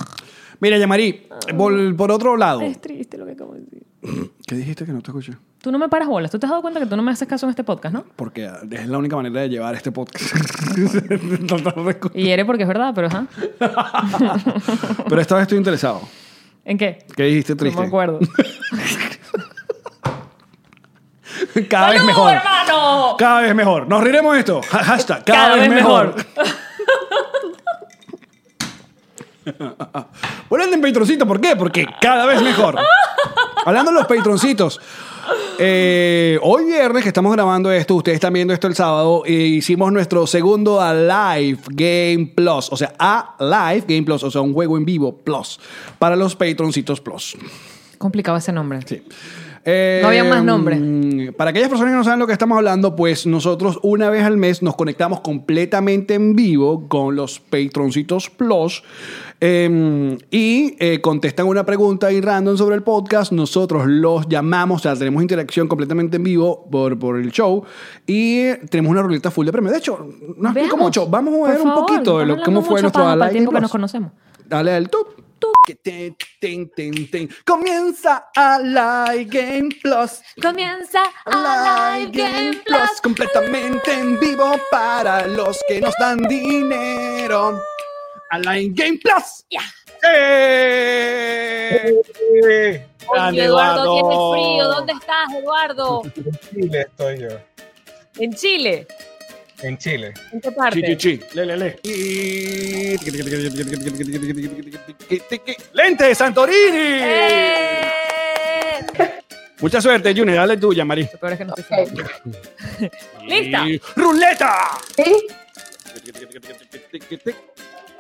[SPEAKER 1] Mira, Yamari, por, por otro lado.
[SPEAKER 2] Es triste lo que acabo de decir.
[SPEAKER 1] ¿Qué dijiste que no te escuché?
[SPEAKER 2] Tú no me paras bolas. Tú te has dado cuenta que tú no me haces caso en este podcast, ¿no?
[SPEAKER 1] Porque es la única manera de llevar este podcast. Tratar de escu-
[SPEAKER 2] Y eres porque es verdad, pero ajá.
[SPEAKER 1] Pero esta vez estoy interesado.
[SPEAKER 2] ¿En qué?
[SPEAKER 1] ¿Qué dijiste triste?
[SPEAKER 2] No me acuerdo.
[SPEAKER 1] Cada vez
[SPEAKER 2] ¡Salud,
[SPEAKER 1] mejor.
[SPEAKER 2] hermano!
[SPEAKER 1] Cada vez mejor. Nos riremos de esto. Ha- Hashtag. Cada, vez, mejor. Ponete en Patroncito, ¿por qué? Porque cada vez mejor. Hablando de los Patroncitos. eh, hoy viernes que estamos grabando esto, ustedes están viendo esto el sábado, e hicimos nuestro segundo Alive Game Plus, o sea, Alive Game Plus, o sea, un juego en vivo Plus, para los Patroncitos Plus.
[SPEAKER 2] Complicado ese nombre.
[SPEAKER 1] Sí. Eh,
[SPEAKER 2] No había más nombres.
[SPEAKER 1] mm, Para aquellas personas que no saben lo que estamos hablando, pues nosotros una vez al mes nos conectamos completamente en vivo con los Patroncitos Plus eh, y eh, contestan una pregunta ahí random sobre el podcast. Nosotros los llamamos, o sea, tenemos interacción completamente en vivo por, por el show y tenemos una ruleta full de premios. De hecho, no explico
[SPEAKER 2] Veamos,
[SPEAKER 1] mucho. Vamos
[SPEAKER 2] por
[SPEAKER 1] a ver un
[SPEAKER 2] favor,
[SPEAKER 1] poquito de
[SPEAKER 2] estamos
[SPEAKER 1] lo,
[SPEAKER 2] hablando
[SPEAKER 1] cómo fue
[SPEAKER 2] mucho
[SPEAKER 1] nuestro
[SPEAKER 2] paja para el
[SPEAKER 1] Alive
[SPEAKER 2] tiempo que
[SPEAKER 1] Plus.
[SPEAKER 2] nos conocemos.
[SPEAKER 1] Dale al top. Que ten, ten, ten, ten. Comienza a Live Game Plus.
[SPEAKER 2] Comienza
[SPEAKER 1] Live Game Plus completamente en vivo para los que nos dan dinero. A Live Game Plus.
[SPEAKER 2] Ya.
[SPEAKER 1] ¡Eh!
[SPEAKER 4] Grande,
[SPEAKER 2] estás, Eduardo?
[SPEAKER 4] En Chile estoy yo.
[SPEAKER 2] ¿En Chile?
[SPEAKER 4] En Chile.
[SPEAKER 2] ¿En qué parte?
[SPEAKER 1] chi. Le, le, le. Lente de Santorini.
[SPEAKER 2] ¡Eh!
[SPEAKER 1] Mucha suerte, Junior. Dale tuya, Marí.
[SPEAKER 2] Lo peor es que no estoy segura. ¡Lista!
[SPEAKER 1] Y- ¡Ruleta!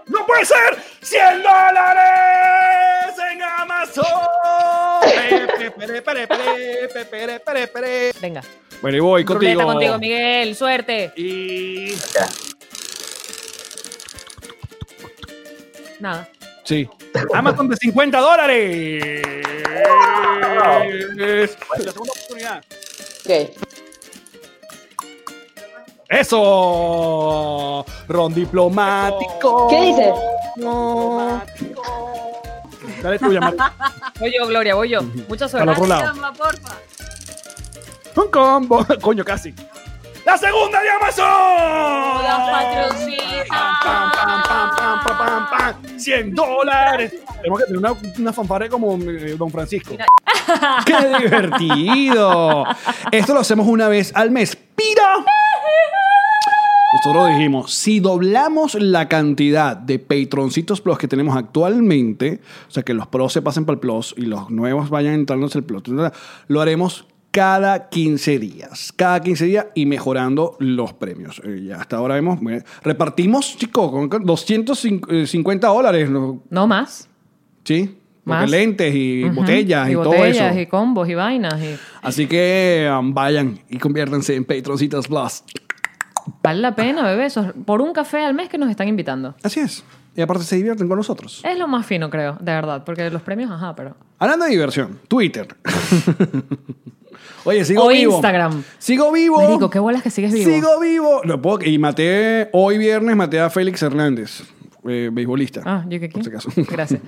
[SPEAKER 1] ¡No puede ser! ¡100 dólares en Amazon! Pe, pe, pere, pere, pere, pe, pere, pere, pere.
[SPEAKER 2] Venga.
[SPEAKER 1] Bueno, y voy contigo.
[SPEAKER 2] Ruleta contigo, Miguel. Suerte.
[SPEAKER 1] Y...
[SPEAKER 2] Nada.
[SPEAKER 1] Sí. Amazon de 50 dólares. La segunda oportunidad. Eso. Ron diplomático.
[SPEAKER 5] ¿Qué dice?
[SPEAKER 1] Dale tuya, Mari.
[SPEAKER 2] Voy yo, Gloria, voy yo. Mucha suerte.
[SPEAKER 1] Al otro lado.
[SPEAKER 2] Chamba, porfa.
[SPEAKER 1] Un combo. Coño, casi. La segunda de Amazon.
[SPEAKER 2] Hola, patrocina.
[SPEAKER 1] Pam, pam, pam, pam, pam, pam, pam. 100 dólares. Tenemos que tener una, una fanfare como eh, Don Francisco. ¡Qué divertido! Esto lo hacemos una vez al mes. ¡Pira! Nosotros dijimos, si doblamos la cantidad de Patroncitos Plus que tenemos actualmente, o sea, que los pros se pasen para el Plus y los nuevos vayan entrándose al Plus, lo haremos cada 15 días. Cada 15 días y mejorando los premios. Eh, ya hasta ahora hemos... mira, repartimos, chicos, con 250 dólares, ¿no?
[SPEAKER 2] No más.
[SPEAKER 1] ¿sí? Porque
[SPEAKER 2] Más.
[SPEAKER 1] lentes y
[SPEAKER 2] Ujú.
[SPEAKER 1] botellas y, todo
[SPEAKER 2] botellas,
[SPEAKER 1] eso.
[SPEAKER 2] Y combos y vainas. Y...
[SPEAKER 1] Así que um, vayan y conviértanse en Patroncitos Plus.
[SPEAKER 2] Vale la pena, bebé. Eso es por un café al mes que nos están invitando.
[SPEAKER 1] Así es. Y aparte se divierten con nosotros.
[SPEAKER 2] Es lo más fino, creo, de verdad. Porque los premios, ajá, pero.
[SPEAKER 1] Hablando de diversión, Twitter. Oye, sigo
[SPEAKER 2] O
[SPEAKER 1] vivo.
[SPEAKER 2] Instagram.
[SPEAKER 1] Sigo vivo.
[SPEAKER 2] Marico, qué bolas que sigues vivo.
[SPEAKER 1] Sigo vivo. No puedo- y maté, hoy viernes maté a Félix Hernández, eh, beisbolista.
[SPEAKER 2] Ah, yo que
[SPEAKER 1] Por si acaso.
[SPEAKER 2] Gracias.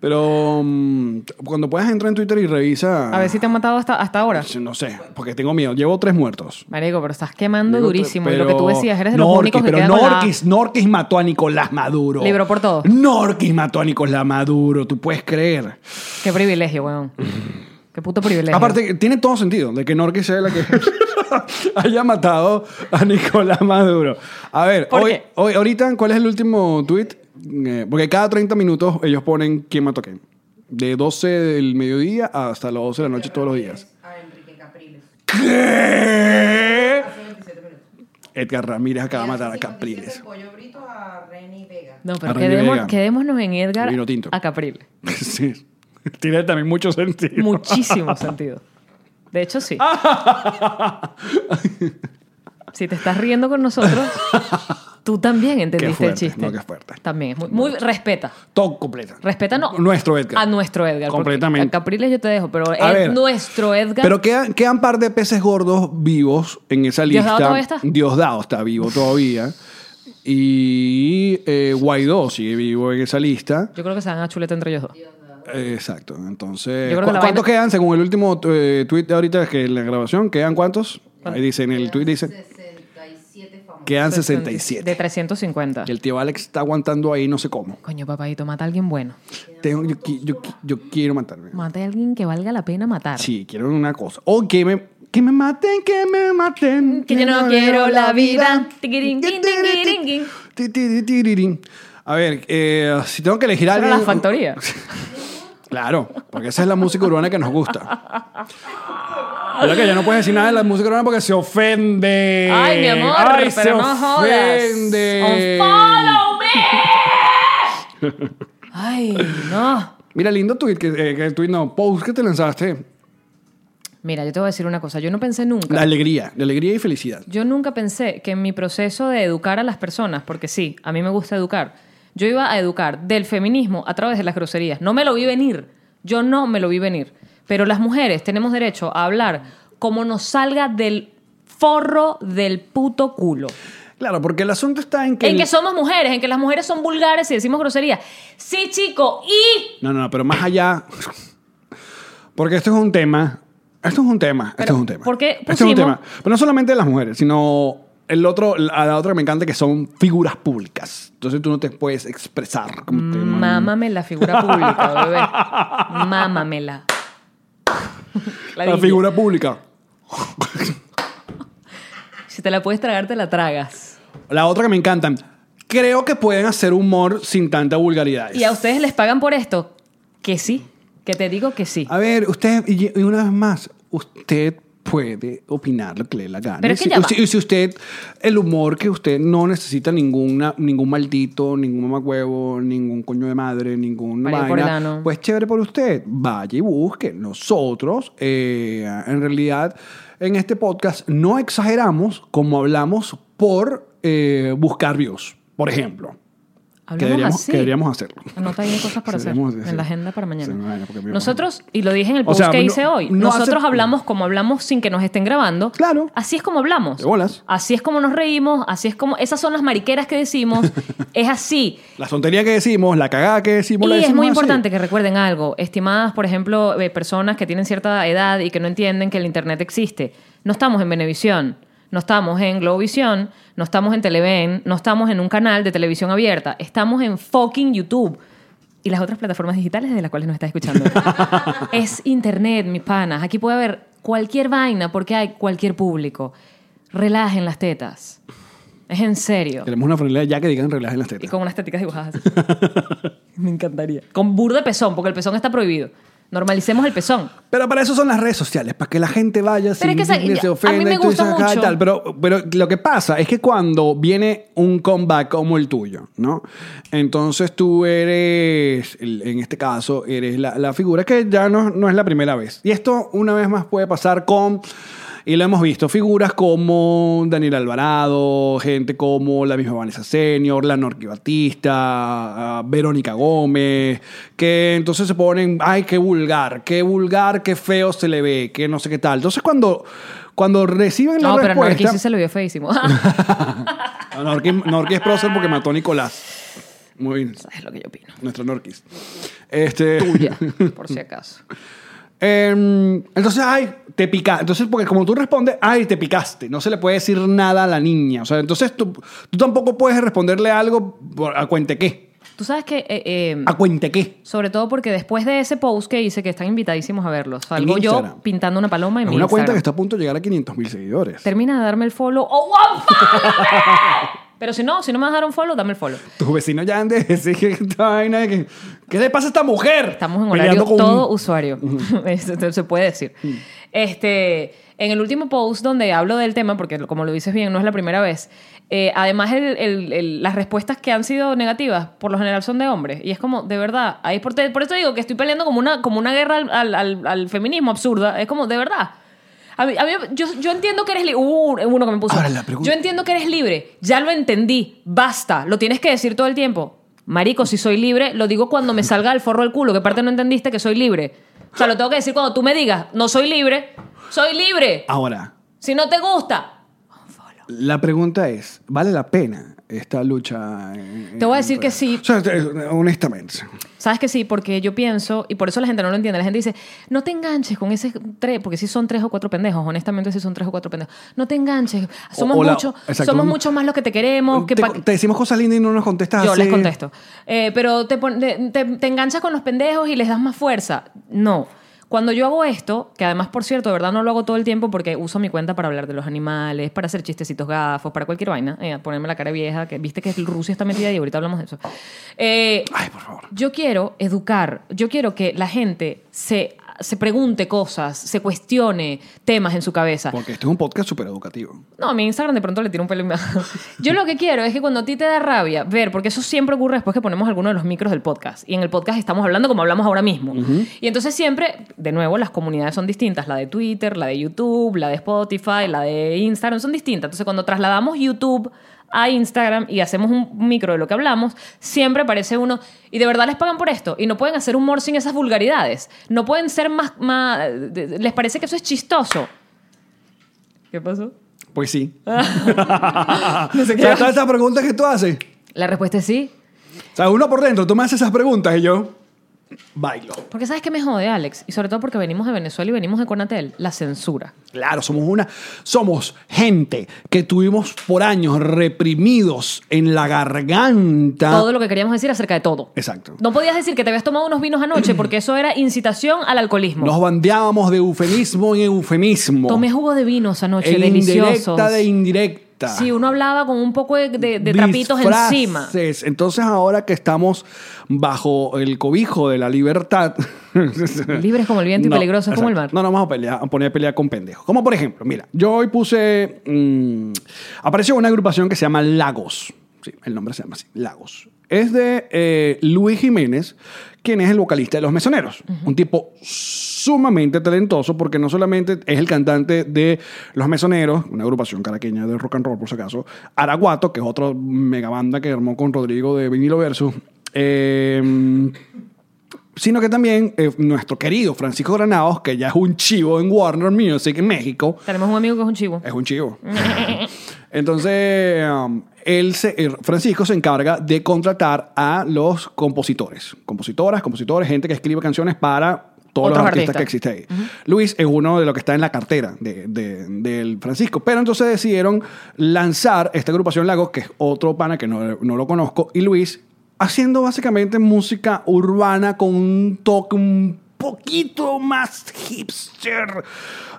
[SPEAKER 1] Pero mm, cuando puedas entrar en Twitter y revisa.
[SPEAKER 2] A ver si te han matado hasta, hasta ahora.
[SPEAKER 1] No sé, porque tengo miedo. Llevo tres muertos.
[SPEAKER 2] Marico, pero estás quemando
[SPEAKER 1] Digo,
[SPEAKER 2] durísimo. Y
[SPEAKER 1] pero-
[SPEAKER 2] lo que tú decías, eres de los
[SPEAKER 1] Norquis,
[SPEAKER 2] únicos que
[SPEAKER 1] pero
[SPEAKER 2] quedan con la-
[SPEAKER 1] Norquis, Norquis mató a Nicolás Maduro.
[SPEAKER 2] Libró por todo.
[SPEAKER 1] Norquis mató a Nicolás Maduro, tú puedes creer.
[SPEAKER 2] Qué privilegio, weón. Qué puto privilegio.
[SPEAKER 1] Aparte, tiene todo sentido de que Norquis sea la que haya matado a Nicolás Maduro. A ver,
[SPEAKER 2] ¿Por
[SPEAKER 1] hoy,
[SPEAKER 2] qué?
[SPEAKER 1] hoy, ahorita, ¿cuál es el último tweet? Eh, porque cada 30 minutos ellos ponen quién mató a quién. De 12 del mediodía hasta las 12 de la noche todos los días. ¿Qué? Edgar Ramírez acaba de matar a Capriles.
[SPEAKER 5] pollo brito a Reni Vega.
[SPEAKER 2] No, pero
[SPEAKER 1] Arranque
[SPEAKER 2] quedémo-
[SPEAKER 1] Vega.
[SPEAKER 2] quedémonos en Edgar
[SPEAKER 1] Vino tinto.
[SPEAKER 2] a Caprile.
[SPEAKER 1] Sí. Tiene también mucho sentido.
[SPEAKER 2] Muchísimo sentido. De hecho, sí. si te estás riendo con nosotros, tú también entendiste
[SPEAKER 1] Qué fuerte,
[SPEAKER 2] el chiste.
[SPEAKER 1] no, qué fuerte.
[SPEAKER 2] También es muy, muy- respeta.
[SPEAKER 1] Todo completo.
[SPEAKER 2] Respeta no-
[SPEAKER 1] Nuestro Edgar.
[SPEAKER 2] a nuestro Edgar. porque
[SPEAKER 1] Completamente.
[SPEAKER 2] A Capriles yo te dejo, pero
[SPEAKER 1] A
[SPEAKER 2] es
[SPEAKER 1] ver,
[SPEAKER 2] nuestro Edgar.
[SPEAKER 1] Pero quedan, quedan par de peces gordos vivos en esa lista.
[SPEAKER 2] ¿Diosdado todavía está?
[SPEAKER 1] Diosdado está vivo todavía. Y eh, Guaidó sigue vivo en esa lista.
[SPEAKER 2] Yo creo que se dan a chuleta entre ellos dos.
[SPEAKER 1] Eh, exacto. Entonces,
[SPEAKER 2] Yo creo que
[SPEAKER 1] ¿cu-
[SPEAKER 2] la
[SPEAKER 1] ¿cuántos
[SPEAKER 2] vaina-
[SPEAKER 1] quedan? Según el último eh, tweet de ahorita que en la grabación, ¿quedan cuántos? Ahí dice, en el tweet dice,
[SPEAKER 5] 67 famosos.
[SPEAKER 1] quedan
[SPEAKER 2] De
[SPEAKER 1] 67.
[SPEAKER 2] 350.
[SPEAKER 1] Que el tío Alex está aguantando ahí no sé cómo.
[SPEAKER 2] Coño, papadito, mata a alguien bueno.
[SPEAKER 1] Tengo- yo, qui- yo qui- yo quiero matarme.
[SPEAKER 2] Mata a alguien que valga la pena matar.
[SPEAKER 1] Sí, quiero una cosa. O que me, que me maten, que me maten.
[SPEAKER 2] Que yo no quiero la vida. Tiquirín, tin, tin, tin, tin.
[SPEAKER 1] Ti, ti, ti, tirirín. A ver, eh, si tengo que elegir a
[SPEAKER 2] Pero
[SPEAKER 1] alguien...
[SPEAKER 2] la factoría.
[SPEAKER 1] Claro, porque esa es la música urbana que nos gusta. Mira que ya no puedes decir nada de la música urbana porque se ofende.
[SPEAKER 2] Ay, mi amor,
[SPEAKER 1] Ay,
[SPEAKER 2] pero
[SPEAKER 1] se
[SPEAKER 2] no
[SPEAKER 1] ofende.
[SPEAKER 2] jodas. Unfollow me. Ay, no.
[SPEAKER 1] Mira, lindo tweet, que, eh, que tweet no, post que te lanzaste.
[SPEAKER 2] Mira, yo te voy a decir una cosa. Yo no pensé nunca.
[SPEAKER 1] La alegría, la alegría y felicidad.
[SPEAKER 2] Yo nunca pensé que en mi proceso de educar a las personas, porque sí, a mí me gusta educar, yo iba a educar del feminismo a través de las groserías. No me lo vi venir. Yo no me lo vi venir. Pero las mujeres tenemos derecho a hablar como nos salga del forro del puto culo.
[SPEAKER 1] Claro, porque el asunto está en que...
[SPEAKER 2] En
[SPEAKER 1] el-
[SPEAKER 2] que somos mujeres, en que las mujeres son vulgares y decimos groserías. Sí, chico, y...
[SPEAKER 1] No, no, no, pero más allá. Porque esto es un tema. Esto es un tema. esto
[SPEAKER 2] Pero,
[SPEAKER 1] es un tema.
[SPEAKER 2] ¿por qué
[SPEAKER 1] Esto es un
[SPEAKER 2] pusimos-
[SPEAKER 1] tema. Pero no solamente de las mujeres, sino el otro, a la otra me encanta que son figuras públicas. Entonces tú no te puedes expresar
[SPEAKER 2] Mm,
[SPEAKER 1] como te
[SPEAKER 2] Mámame la figura pública, bebé. Mámamela.
[SPEAKER 1] La
[SPEAKER 2] dije.
[SPEAKER 1] figura pública.
[SPEAKER 2] Si te la puedes tragar, te la tragas.
[SPEAKER 1] La otra que me encantan. Creo que pueden hacer humor sin tanta vulgaridad.
[SPEAKER 2] ¿Y a ustedes les pagan por esto? Que sí, que te digo que sí.
[SPEAKER 1] A ver, usted, y y una vez más, usted puede opinar lo que le dé la gana.
[SPEAKER 2] Pero
[SPEAKER 1] Y
[SPEAKER 2] es que
[SPEAKER 1] si,
[SPEAKER 2] ya va.
[SPEAKER 1] y si usted, el humor que usted no necesita ninguna, ningún maldito, ningún mamacuevo, ningún coño de madre, ninguna
[SPEAKER 2] Mario
[SPEAKER 1] vaina,
[SPEAKER 2] Cordano.
[SPEAKER 1] pues chévere por usted. Vaya y busque. Nosotros, eh, en realidad, en este podcast no exageramos como hablamos por eh, buscar views, por ejemplo. Que
[SPEAKER 2] Hablamos
[SPEAKER 1] deberíamos,
[SPEAKER 2] así.
[SPEAKER 1] que deberíamos hacerlo.
[SPEAKER 2] Anota ahí cosas para hacer
[SPEAKER 1] Deberíamos
[SPEAKER 2] en
[SPEAKER 1] hacer.
[SPEAKER 2] la agenda para
[SPEAKER 1] Sí,
[SPEAKER 2] mañana.
[SPEAKER 1] vaina, porque mi mamá-
[SPEAKER 2] Nosotros, y lo dije en el
[SPEAKER 1] O
[SPEAKER 2] post
[SPEAKER 1] sea,
[SPEAKER 2] que
[SPEAKER 1] no-
[SPEAKER 2] hice hoy,
[SPEAKER 1] no
[SPEAKER 2] nosotros
[SPEAKER 1] hace-
[SPEAKER 2] hablamos como hablamos sin que nos estén grabando.
[SPEAKER 1] Claro.
[SPEAKER 2] Así es como hablamos.
[SPEAKER 1] De bolas.
[SPEAKER 2] Así es como nos reímos, así es como... Esas son las mariqueras que decimos. es así.
[SPEAKER 1] La tontería que decimos, la cagada que decimos, la
[SPEAKER 2] Y es
[SPEAKER 1] decimos
[SPEAKER 2] muy
[SPEAKER 1] así.
[SPEAKER 2] importante que recuerden algo, estimadas, por ejemplo, eh, personas que tienen cierta edad y que no entienden que el Internet existe. No estamos en Venevisión, no estamos en Globovisión, no estamos en Televen, no estamos en un canal de televisión abierta, estamos en fucking YouTube. Y las otras plataformas digitales de las cuales nos estás escuchando. es Internet, mis panas. Aquí puede haber cualquier vaina porque hay cualquier público. Relajen las tetas. Es en serio.
[SPEAKER 1] Queremos una franela ya que digan relajen las
[SPEAKER 2] Y
[SPEAKER 1] tetas.
[SPEAKER 2] con unas teticas dibujadas así. Me encantaría. Con burda de pezón, porque el pezón está prohibido. Normalicemos el pezón.
[SPEAKER 1] Pero para eso son las redes sociales, para que la gente vaya
[SPEAKER 2] Pero es que
[SPEAKER 1] sin
[SPEAKER 2] esa-
[SPEAKER 1] que se
[SPEAKER 2] a mí
[SPEAKER 1] ofenda
[SPEAKER 2] me
[SPEAKER 1] y tú
[SPEAKER 2] gusta
[SPEAKER 1] dices, "Ah,
[SPEAKER 2] mucho".
[SPEAKER 1] tal". Pero, pero lo que pasa es que cuando viene un comeback como el tuyo, ¿no? Entonces tú eres, el- en este caso, eres la, la figura que ya no, no es la primera vez. Y esto una vez más puede pasar con Y lo hemos visto figuras como Daniel Alvarado, gente como la misma Vanessa Senior, la Norqui Batista, ah, Verónica Gómez, que entonces se ponen, ay, qué vulgar, qué vulgar, qué feo se le ve, que no sé qué tal. Entonces cuando, cuando reciben
[SPEAKER 2] No,
[SPEAKER 1] la
[SPEAKER 2] pero Norquis
[SPEAKER 1] respuesta...
[SPEAKER 2] sí se lo vio feísimo. Ah,
[SPEAKER 1] No, Norqui, Norqui es prócer porque mató a Nicolás. Muy bien,
[SPEAKER 2] es lo que yo opino.
[SPEAKER 1] nuestra Norquis. Este...
[SPEAKER 2] Tuya, por si acaso.
[SPEAKER 1] Em, entonces, ay, te pica. Entonces, porque como tú respondes, ay, te picaste. No se le puede decir nada a la niña. O sea, entonces tú, tú tampoco puedes responderle algo por- a cuente qué.
[SPEAKER 2] Tú sabes que... eh, eh,
[SPEAKER 1] A cuente qué.
[SPEAKER 2] sobre todo porque después de ese post que hice, que están invitadísimos a verlo, salgo
[SPEAKER 1] mi
[SPEAKER 2] yo
[SPEAKER 1] Instagram.
[SPEAKER 2] pintando una paloma en
[SPEAKER 1] Es
[SPEAKER 2] mi
[SPEAKER 1] una cuenta
[SPEAKER 2] Instagram.
[SPEAKER 1] que está a punto de llegar a 500 mil seguidores.
[SPEAKER 2] Termina de darme el follow. ¡Oh, wow, Pero si no, si no me vas a dar un follow, dame el follow.
[SPEAKER 1] Tus vecinos ya han de decir que esta vaina de que- ¿Qué le pasa a esta mujer?
[SPEAKER 2] Estamos en
[SPEAKER 1] Peleando
[SPEAKER 2] horario
[SPEAKER 1] con un-
[SPEAKER 2] todo usuario. Eso te- se puede decir. Este, en el último post donde hablo del tema, porque lo- como lo dices bien, no es la primera vez, eh, además el- el- el- las respuestas que han sido negativas por lo general son de hombres. Y es como, de verdad, ahí por, te- por eso digo que estoy peleando como una, como una guerra al, al- al- al feminismo absurda. Es como, de verdad. A mí- a mí- yo, yo entiendo que eres libre. uno que me puso.
[SPEAKER 1] Ahora la pregunta-
[SPEAKER 2] Yo entiendo que eres libre. Ya lo entendí. Basta. Lo tienes que decir todo el tiempo. Marico, si soy libre, lo digo cuando me salga el forro del culo. Que parte no entendiste que soy libre. O sea, lo tengo que decir cuando tú me digas, no soy libre. Soy libre.
[SPEAKER 1] Ahora,
[SPEAKER 2] Si no te gusta.
[SPEAKER 1] la pregunta es: ¿vale la pena esta lucha? en-
[SPEAKER 2] Te voy a
[SPEAKER 1] en-
[SPEAKER 2] decir que sí.
[SPEAKER 1] O sea, te- honestamente.
[SPEAKER 2] ¿Sabes que sí? Porque yo pienso, y por eso la gente no lo entiende, la gente dice, no te enganches con ese tres, porque si son tres o cuatro pendejos, honestamente si son tres o cuatro pendejos, no te enganches, somos
[SPEAKER 1] o la-
[SPEAKER 2] muchos,
[SPEAKER 1] exacto.
[SPEAKER 2] somos muchos más los que te queremos, que
[SPEAKER 1] te,
[SPEAKER 2] pa-
[SPEAKER 1] te decimos cosas lindas y no nos contestas
[SPEAKER 2] Yo les
[SPEAKER 1] así.
[SPEAKER 2] contesto. Eh, pero te, pon- te, te- te enganchas con los pendejos y les das más fuerza. No. Cuando yo hago esto, que además, por cierto, de verdad no lo hago todo el tiempo porque uso mi cuenta para hablar de los animales, para hacer chistecitos gafos, para cualquier vaina, eh, ponerme la cara vieja, que viste que Rusia está metida y ahorita hablamos de eso. Eh,
[SPEAKER 1] Ay, por favor.
[SPEAKER 2] yo quiero educar, yo quiero que la gente se, se pregunte cosas, se cuestione temas en su cabeza.
[SPEAKER 1] Porque este es un podcast súper educativo.
[SPEAKER 2] No, a mi Instagram de pronto le tiro un pelo. y me- Yo lo que quiero es que cuando a ti te da rabia, ver, porque eso siempre ocurre después que ponemos alguno de los micros del podcast. Y en el podcast estamos hablando como hablamos ahora mismo. Y entonces siempre, de nuevo, las comunidades son distintas. La de Twitter, la de YouTube, la de Spotify, la de Instagram, son distintas. Entonces cuando trasladamos YouTube a Instagram y hacemos un micro de lo que hablamos, siempre aparece uno, y de verdad les pagan por esto, y no pueden hacer humor sin esas vulgaridades, no pueden ser más, más les parece que eso es chistoso. ¿Qué pasó?
[SPEAKER 1] Pues sí.
[SPEAKER 2] No sé qué.
[SPEAKER 1] ¿Sabes todas esas preguntas que tú haces?
[SPEAKER 2] La respuesta es sí.
[SPEAKER 1] O sea, uno por dentro, tú me haces esas preguntas y yo bailo.
[SPEAKER 2] Porque sabes que me jode, Alex, y sobre todo porque venimos de Venezuela y venimos de Conatel, la censura.
[SPEAKER 1] Claro, somos una. Somos gente que tuvimos por años reprimidos en la garganta.
[SPEAKER 2] Todo lo que queríamos decir acerca de todo.
[SPEAKER 1] Exacto.
[SPEAKER 2] No podías decir que te habías tomado unos vinos anoche porque eso era incitación al alcoholismo.
[SPEAKER 1] Nos bandeábamos de eufemismo en eufemismo.
[SPEAKER 2] Tomé jugo de vinos anoche,
[SPEAKER 1] En
[SPEAKER 2] deliciosos.
[SPEAKER 1] E Indirecta de indirecta.
[SPEAKER 2] Sí, uno hablaba con un poco de, de- de trapitos
[SPEAKER 1] Disfraces.
[SPEAKER 2] encima.
[SPEAKER 1] Entonces, ahora que estamos bajo el cobijo de la libertad.
[SPEAKER 2] Libres como el viento y peligrosos como el mar.
[SPEAKER 1] No, no vamos a, pelear, a poner a pelear con pendejos. Como por ejemplo, mira, yo hoy puse. mm, apareció una agrupación que se llama Lagos. Sí, el nombre se llama así: Lagos. Es de eh, Luis Jiménez, quien es el vocalista de Los Mesoneros. Un tipo sumamente talentoso porque no solamente es el cantante de Los Mesoneros, una agrupación caraqueña de rock and roll por si acaso, Araguato, que es otra megabanda que armó con Rodrigo de Vinilo Versus, eh, sino que también eh, nuestro querido Francisco Granados, que ya es un chivo en Warner Music en México,
[SPEAKER 2] Tenemos un amigo que es un chivo.
[SPEAKER 1] es un chivo. Entonces, um, él se- eh, Francisco se encarga de contratar a los compositores, compositoras, compositores, gente que escribe canciones para todos
[SPEAKER 2] Otros
[SPEAKER 1] los artistas, que
[SPEAKER 2] artistas.
[SPEAKER 1] existen ahí. Luis es uno de los que está en la cartera de- de- del Francisco. Pero entonces decidieron lanzar esta agrupación Lagos, que es otro pana que no, no lo conozco, y Luis haciendo básicamente música urbana con un toque un poquito más hipster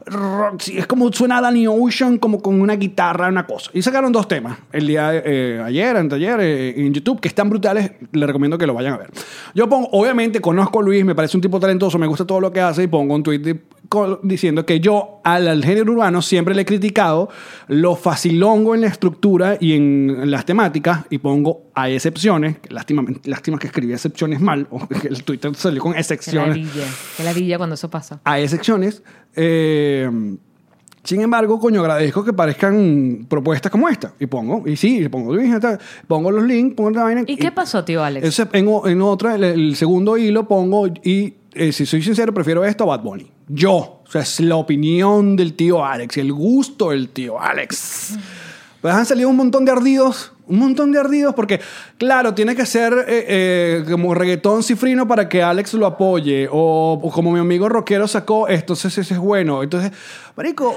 [SPEAKER 1] rock. Sí, es como suena Danny Ocean como con una guitarra una cosa y sacaron dos temas el día de- eh, ayer anteayer eh, en YouTube que están brutales les recomiendo que lo vayan a ver yo pongo obviamente conozco a Luis me parece un tipo talentoso me gusta todo lo que hace y pongo un tweet de- col- diciendo que yo al, al género urbano siempre le he criticado lo facilongo en la estructura y en, las temáticas y pongo hay excepciones lástima lástima que escribí excepciones mal o que el Twitter salió con
[SPEAKER 2] Qué
[SPEAKER 1] excepciones
[SPEAKER 2] ladilla. Qué ladilla cuando eso pasa.
[SPEAKER 1] hay excepciones. eh, Sin embargo, coño, agradezco que parezcan propuestas como esta. Y pongo, y sí, y pongo, y tal, pongo los links, pongo la vaina.
[SPEAKER 2] ¿Y qué pasó, tío Alex?
[SPEAKER 1] Ese- en, o- en otra, el, el segundo hilo pongo, y eh, si soy sincero, prefiero esto a Bad Bunny. Yo. O sea, es la opinión del tío Alex, el gusto del tío Alex. Pues han salido un montón de ardidos, un montón de ardidos, porque, claro, tiene que ser eh, eh, como reggaetón cifrino para que Alex lo apoye, o, o como mi amigo rockero sacó, entonces ese es bueno. Entonces, Marico,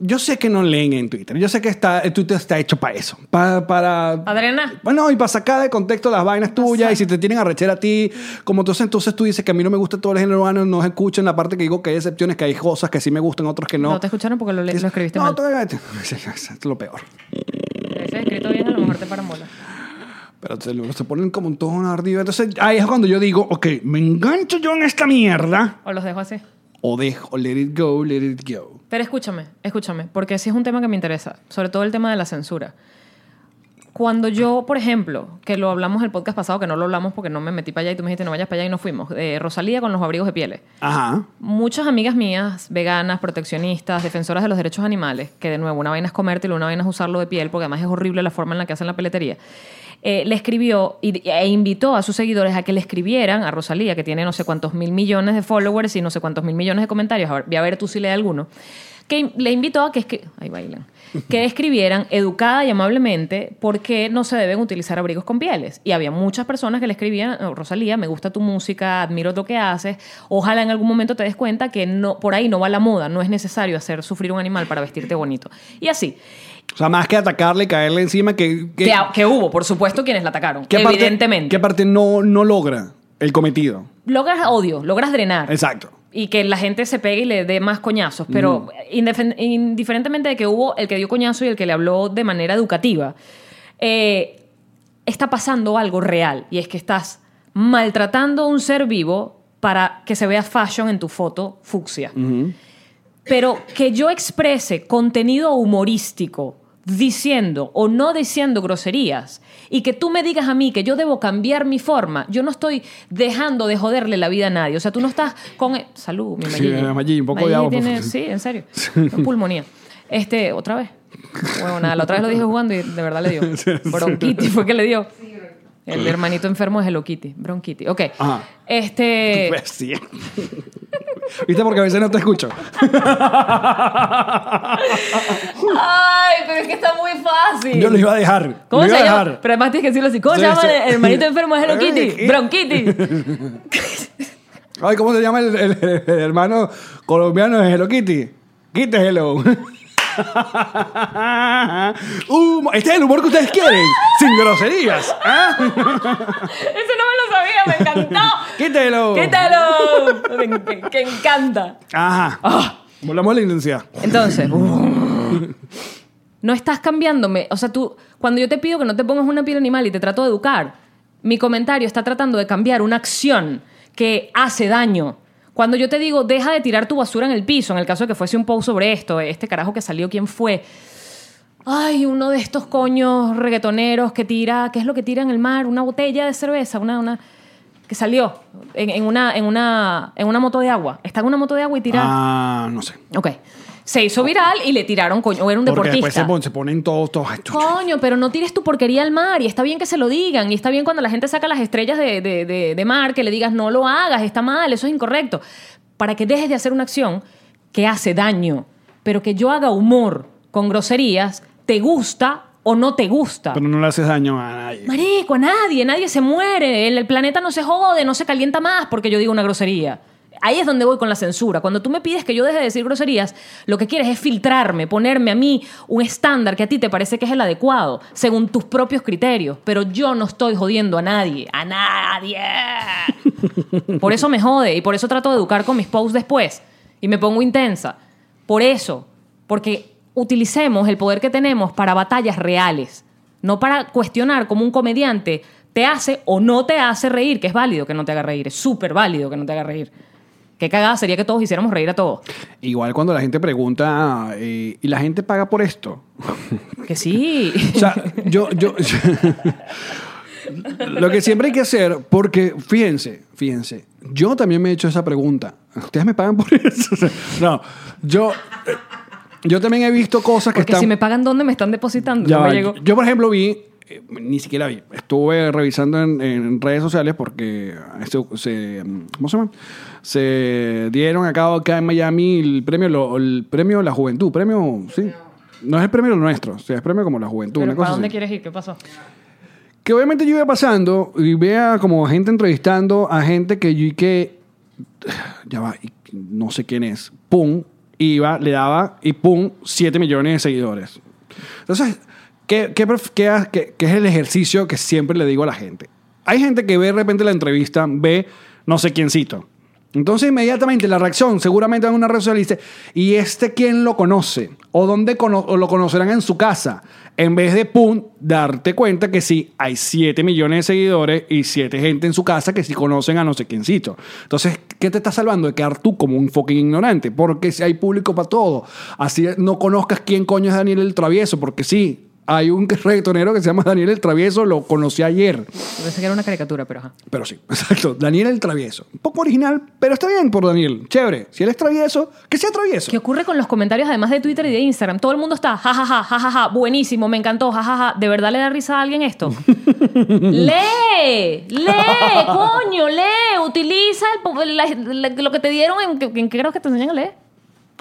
[SPEAKER 1] yo sé que no leen en Twitter, yo sé que está, el Twitter está hecho para eso, pa- para...
[SPEAKER 2] Adrena.
[SPEAKER 1] Bueno, y para sacar de contexto las vainas tuyas y si te tienen a rechera a ti, como entonces entonces tú dices que a mí no me gusta todo el género urbano, no escuchen la parte que digo que hay excepciones, que hay cosas que sí me gustan, otras que no.
[SPEAKER 2] No, te escucharon porque lo, le- lo escribiste
[SPEAKER 1] no,
[SPEAKER 2] mal.
[SPEAKER 1] todavía- es lo peor.
[SPEAKER 2] Ese escrito bien, a lo mejor te paran bola.
[SPEAKER 1] Pero se, lo- se ponen como un tono ardido. Entonces ahí es cuando yo digo, ok, me engancho yo en esta mierda
[SPEAKER 2] O los dejo así.
[SPEAKER 1] o dejo, let it go, let it go.
[SPEAKER 2] Pero escúchame, escúchame, porque sí es un tema que me interesa, sobre todo el tema de la censura. Cuando yo, por ejemplo, que lo hablamos el podcast pasado, que no lo hablamos porque no me metí para allá y tú me dijiste no vayas para allá y no fuimos, de Rosalía con los abrigos de pieles.
[SPEAKER 1] Ajá.
[SPEAKER 2] Muchas amigas mías, veganas, proteccionistas, defensoras de los derechos animales, que de nuevo una vaina es comértelo, una vaina es usarlo de piel, porque además es horrible la forma en la que hacen la peletería, eh, le escribió y- e invitó a sus seguidores a que le escribieran a Rosalía, que tiene no sé cuántos mil millones de followers y no sé cuántos mil millones de comentarios, a ver, voy a ver tú si lee alguno, que in- le invitó a que, escri- Ay, bailan. que escribieran educada y amablemente por qué no se deben utilizar abrigos con pieles. Y había muchas personas que le escribían, "Oh, Rosalía, me gusta tu música, admiro lo que haces, ojalá en algún momento te des cuenta que no, por ahí no va la moda, no es necesario hacer sufrir un animal para vestirte bonito. Y así,
[SPEAKER 1] O sea, más que atacarle y caerle encima, que, que,
[SPEAKER 2] que, que hubo, por supuesto, quienes la atacaron,
[SPEAKER 1] que aparte-
[SPEAKER 2] evidentemente.
[SPEAKER 1] que aparte no, no logra el cometido.
[SPEAKER 2] logras odio, logras drenar.
[SPEAKER 1] Exacto.
[SPEAKER 2] y que la gente se pegue y le dé más coñazos. Pero indefen- indiferentemente de que hubo el que dio coñazo y el que le habló de manera educativa, eh, está pasando algo real y es que estás maltratando a un ser vivo para que se vea fashion en tu foto fucsia. Pero que yo exprese contenido humorístico diciendo o no diciendo groserías y que tú me digas a mí que yo debo cambiar mi forma, yo no estoy dejando de joderle la vida a nadie. O sea, tú no estás con... e-, Salud, mi
[SPEAKER 1] Sí,
[SPEAKER 2] Mayillín.
[SPEAKER 1] Mayillín, un poco de
[SPEAKER 2] Mayillín
[SPEAKER 1] agua, por
[SPEAKER 2] tiene-
[SPEAKER 1] favor.
[SPEAKER 2] Sí, en serio. Pulmonía. Este, otra vez. Bueno, nada, la otra vez lo dije jugando y de verdad le dio. Bronquitis fue que le dio. El hermanito enfermo es Hello Kitty. Bronquitis. Ok.
[SPEAKER 1] Ajá.
[SPEAKER 2] Este...
[SPEAKER 1] Bestia. ¿Viste? Porque a veces no te escucho.
[SPEAKER 2] Ay, pero es que está muy fácil.
[SPEAKER 1] Yo lo iba a dejar.
[SPEAKER 2] ¿Cómo
[SPEAKER 1] lo
[SPEAKER 2] se
[SPEAKER 1] iba a
[SPEAKER 2] llama?
[SPEAKER 1] dejar.
[SPEAKER 2] Pero además tienes que decirlo así. ¿Cómo
[SPEAKER 1] Sí,
[SPEAKER 2] se llama
[SPEAKER 1] sí.
[SPEAKER 2] el hermanito enfermo de Hello
[SPEAKER 1] Ay,
[SPEAKER 2] Kitty? Bronquitis.
[SPEAKER 1] Ay, ¿cómo se llama el, el- el hermano colombiano de Hello Kitty? Kitty Hello. Humo- este es el humor que ustedes quieren, sin groserías. ¿ah?
[SPEAKER 2] Ese no me lo sabía, me encantó.
[SPEAKER 1] Kitty Hello.
[SPEAKER 2] Quítalo. Me enc- Que encanta.
[SPEAKER 1] Ajá.
[SPEAKER 2] Ah.
[SPEAKER 1] Volvamos a la intensidad.
[SPEAKER 2] Entonces, no estás cambiándome. O sea, tú, cuando yo te pido que no te pongas una piel animal y te trato de educar, mi comentario está tratando de cambiar una acción que hace daño. Cuando yo te digo, deja de tirar tu basura en el piso, en el caso de que fuese un post sobre esto, este carajo que salió, ¿quién fue? Ay, uno de estos coños reggaetoneros que tira, ¿qué es lo que tira en el mar? Una botella de cerveza, una, una que salió en, en una, en, una, en una moto de agua. Está en una moto de agua y tira...
[SPEAKER 1] Ah, no sé.
[SPEAKER 2] Ok. Se hizo viral y le tiraron coño. O era un
[SPEAKER 1] Porque después se,
[SPEAKER 2] deportista. Ah.
[SPEAKER 1] pon- se ponen todos, todos. ay, tú-
[SPEAKER 2] Coño, pero no tires tu porquería al mar. Y está bien que se lo digan. Y está bien cuando la gente saca las estrellas de, de- de- de mar, que le digas, no lo hagas, está mal, eso es incorrecto. Para que dejes de hacer una acción que hace daño, pero que yo haga humor con groserías, te gusta o no te gusta.
[SPEAKER 1] Pero no le haces daño a nadie.
[SPEAKER 2] Marico, a nadie, nadie se muere, el, el planeta no se jode, no se calienta más porque yo digo una grosería. Ahí es donde voy con la censura. Cuando tú me pides que yo deje de decir groserías, lo que quieres es filtrarme, ponerme a mí un estándar que a ti te parece que es el adecuado, según tus propios criterios. Pero yo no estoy jodiendo a nadie, a nadie. Por eso me jode y por eso trato de educar con mis posts después y me pongo intensa. Por eso, porque utilicemos el poder que tenemos para batallas reales, no para cuestionar como un comediante te hace o no te hace reír, que es válido que no te haga reír, es súper válido que no te haga reír. Qué cagada sería que todos hiciéramos reír a todos.
[SPEAKER 1] Igual cuando la gente pregunta, eh, ¿y la gente paga por esto?
[SPEAKER 2] Que sí.
[SPEAKER 1] O sea, yo, yo, lo que siempre hay que hacer, porque fíjense, fíjense, yo también me he hecho esa pregunta. ¿Ustedes me pagan por eso? O sea, no, yo, eh, Yo también he visto cosas que
[SPEAKER 2] Porque
[SPEAKER 1] están...
[SPEAKER 2] si me pagan, ¿dónde me están depositando?
[SPEAKER 1] Ya
[SPEAKER 2] no
[SPEAKER 1] va,
[SPEAKER 2] me llegó.
[SPEAKER 1] yo, yo, por ejemplo, vi, eh, ni siquiera vi, estuve revisando en, en redes sociales porque esto se, ¿cómo se llama? Se dieron a cabo acá en Miami el premio, lo- el premio La Juventud, premio, sí. No es el premio lo nuestro, o sea, es premio como la juventud.
[SPEAKER 2] Pero
[SPEAKER 1] una cosa
[SPEAKER 2] ¿Para dónde
[SPEAKER 1] así.
[SPEAKER 2] quieres ir? ¿Qué pasó?
[SPEAKER 1] Que obviamente yo iba pasando y vea como gente entrevistando a gente que yo y que. Ya va, y no sé quién es. Pum, iba, le daba y pum, 7 millones de seguidores. Entonces, ¿qué, qué pref- qué ha- qué- qué es el ejercicio que siempre le digo a la gente? Hay gente que ve de repente la entrevista, ve no sé quién cito. Entonces, inmediatamente la reacción, seguramente en una red social dice, ¿y este quién lo conoce? ¿O dónde cono- o lo conocerán en su casa? En vez de, pum, darte cuenta que sí, hay 7 millones de seguidores y 7 gente en su casa que sí conocen a no sé quiéncito. Entonces, ¿qué te está salvando de quedar tú como un fucking ignorante? Porque si hay público para todo. Así no conozcas quién coño es Daniel el Travieso, porque sí, hay un reggaetonero que se llama Daniel el Travieso, lo conocí ayer.
[SPEAKER 2] Yo pensé que era una caricatura, pero ajá.
[SPEAKER 1] Pero sí, exacto. Daniel el travieso. Un poco original, pero está bien por Daniel. Chévere. Si él es travieso, que sea travieso.
[SPEAKER 2] ¿Qué ocurre con los comentarios además de Twitter y de Instagram? Todo el mundo está, jajaja, jajaja, buenísimo, me encantó, jajaja. ¿De verdad le da risa a alguien esto? ¡Lee! ¡Lee! ¡Coño! ¡Lee! Utiliza el po- la- la- lo que te dieron en, que- en qué grado que te enseñan a leer.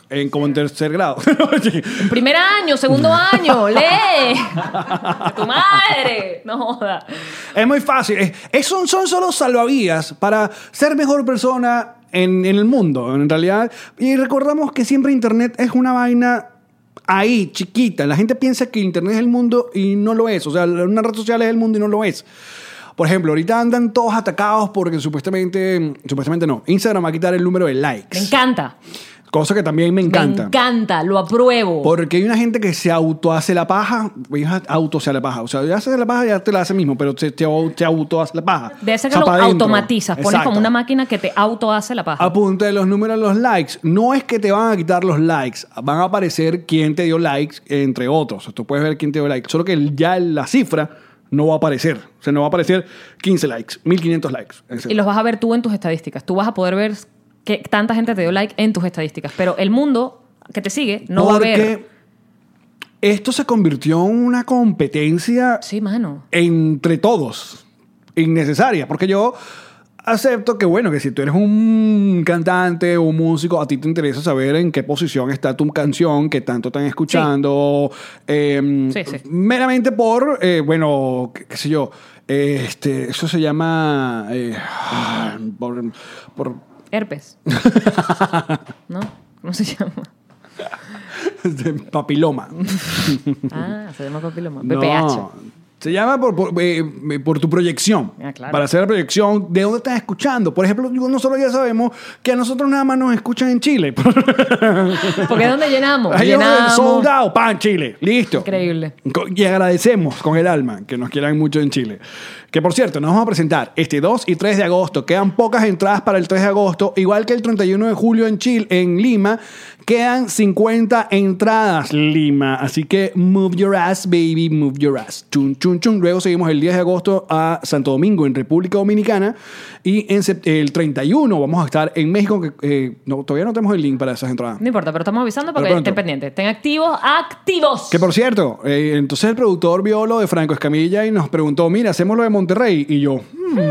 [SPEAKER 1] En, como en tercer grado. Oye,
[SPEAKER 2] En primer año, segundo año, lee. ¡Tu madre! No joda.
[SPEAKER 1] es muy fácil. Es, es un- son solo salvavidas para ser mejor persona en, en el mundo, en realidad. Y recordamos que siempre Internet es una vaina ahí, chiquita. La gente piensa que Internet es el mundo y no lo es. O sea, una red social es el mundo y no lo es. Por ejemplo, ahorita andan todos atacados porque supuestamente, supuestamente no, Instagram va a quitar el número de likes.
[SPEAKER 2] Me encanta.
[SPEAKER 1] Cosa que también me encanta.
[SPEAKER 2] Me encanta, lo apruebo.
[SPEAKER 1] porque hay una gente que se auto hace la paja, hija, auto se hace la paja. O sea, ya haces la paja, ya te la hace mismo, pero te, te, au- te auto hace la paja.
[SPEAKER 2] De ese
[SPEAKER 1] O
[SPEAKER 2] que
[SPEAKER 1] sea,
[SPEAKER 2] lo
[SPEAKER 1] pa' adentro.
[SPEAKER 2] automatizas, pones
[SPEAKER 1] Exacto.
[SPEAKER 2] como una máquina que te auto hace la paja.
[SPEAKER 1] Apunta de los números a los likes. No es que te van a quitar los likes, van a aparecer quién te dio likes, entre otros. Tú puedes ver quién te dio likes, solo que ya la cifra no va a aparecer. O sea, no va a aparecer 15 likes, 1500 likes. etc.
[SPEAKER 2] Y los vas a ver tú en tus estadísticas. Tú vas a poder ver que tanta gente te dio like en tus estadísticas. Pero el mundo que te sigue no va a ver.
[SPEAKER 1] Porque esto se convirtió en una competencia
[SPEAKER 2] Sí, mano.
[SPEAKER 1] entre todos, innecesaria, porque yo acepto que, bueno, que si tú eres un cantante o un músico, a ti te interesa saber en qué posición está tu canción, que tanto están escuchando, eh,
[SPEAKER 2] Sí, sí.
[SPEAKER 1] meramente por, eh, bueno, qué, qué sé yo, eh, este, eso se llama, eh, por, por-
[SPEAKER 2] Herpes. ¿No? ¿Cómo se llama?
[SPEAKER 1] papiloma.
[SPEAKER 2] Ah, se llama papiloma.
[SPEAKER 1] No,
[SPEAKER 2] PPH.
[SPEAKER 1] Se llama por, por, eh, eh, por tu proyección.
[SPEAKER 2] Ah, claro.
[SPEAKER 1] Para hacer la proyección de dónde estás escuchando. Por ejemplo, digo, nosotros ya sabemos que a nosotros nada más nos escuchan en Chile.
[SPEAKER 2] Porque es donde llenamos.
[SPEAKER 1] Ahí es donde
[SPEAKER 2] llenamos.
[SPEAKER 1] sold out, pan, Chile. Listo.
[SPEAKER 2] Increíble.
[SPEAKER 1] Co- Y agradecemos con el alma que nos quieran mucho en Chile. Que por cierto, nos vamos a presentar este 2 y 3 de agosto. Quedan pocas entradas para el 3 de agosto, igual que el 31 de julio en Chile, en Lima. Quedan 50 entradas, Lima. Así que move your ass, baby, move your ass. Chun, chun, chun. Luego seguimos el 10 de agosto a Santo Domingo, en República Dominicana. Y en sep- el 31 vamos a estar en México. que, eh, no, todavía no tenemos el link para esas entradas.
[SPEAKER 2] No importa, pero estamos avisando para
[SPEAKER 1] Pero
[SPEAKER 2] que
[SPEAKER 1] pronto.
[SPEAKER 2] estén pendientes. Estén activos, activos.
[SPEAKER 1] Que por cierto, eh, entonces el productor vio lo de Franco Escamilla y nos preguntó, mira, hacemos lo de Monterrey. Y yo, "Mm".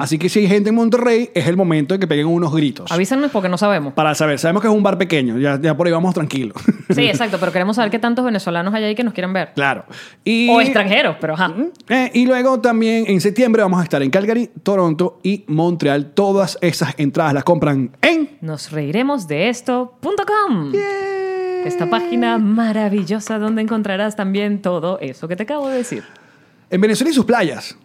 [SPEAKER 1] Así que si hay gente en Monterrey, es el momento de que peguen unos gritos.
[SPEAKER 2] Avísanos porque no sabemos.
[SPEAKER 1] Para saber, sabemos que es un bar pequeño, ya, ya por ahí vamos tranquilos.
[SPEAKER 2] Sí, exacto, pero queremos saber qué tantos venezolanos hay ahí que nos quieran ver.
[SPEAKER 1] claro. Y,
[SPEAKER 2] O extranjeros, pero ajá.
[SPEAKER 1] Eh, y luego también en septiembre vamos a estar en Calgary, Toronto y Montreal. Todas esas entradas las compran en...
[SPEAKER 2] Nos reiremos de esto.com. Esta página maravillosa donde encontrarás también todo eso que te acabo de decir.
[SPEAKER 1] En Venezuela y sus playas.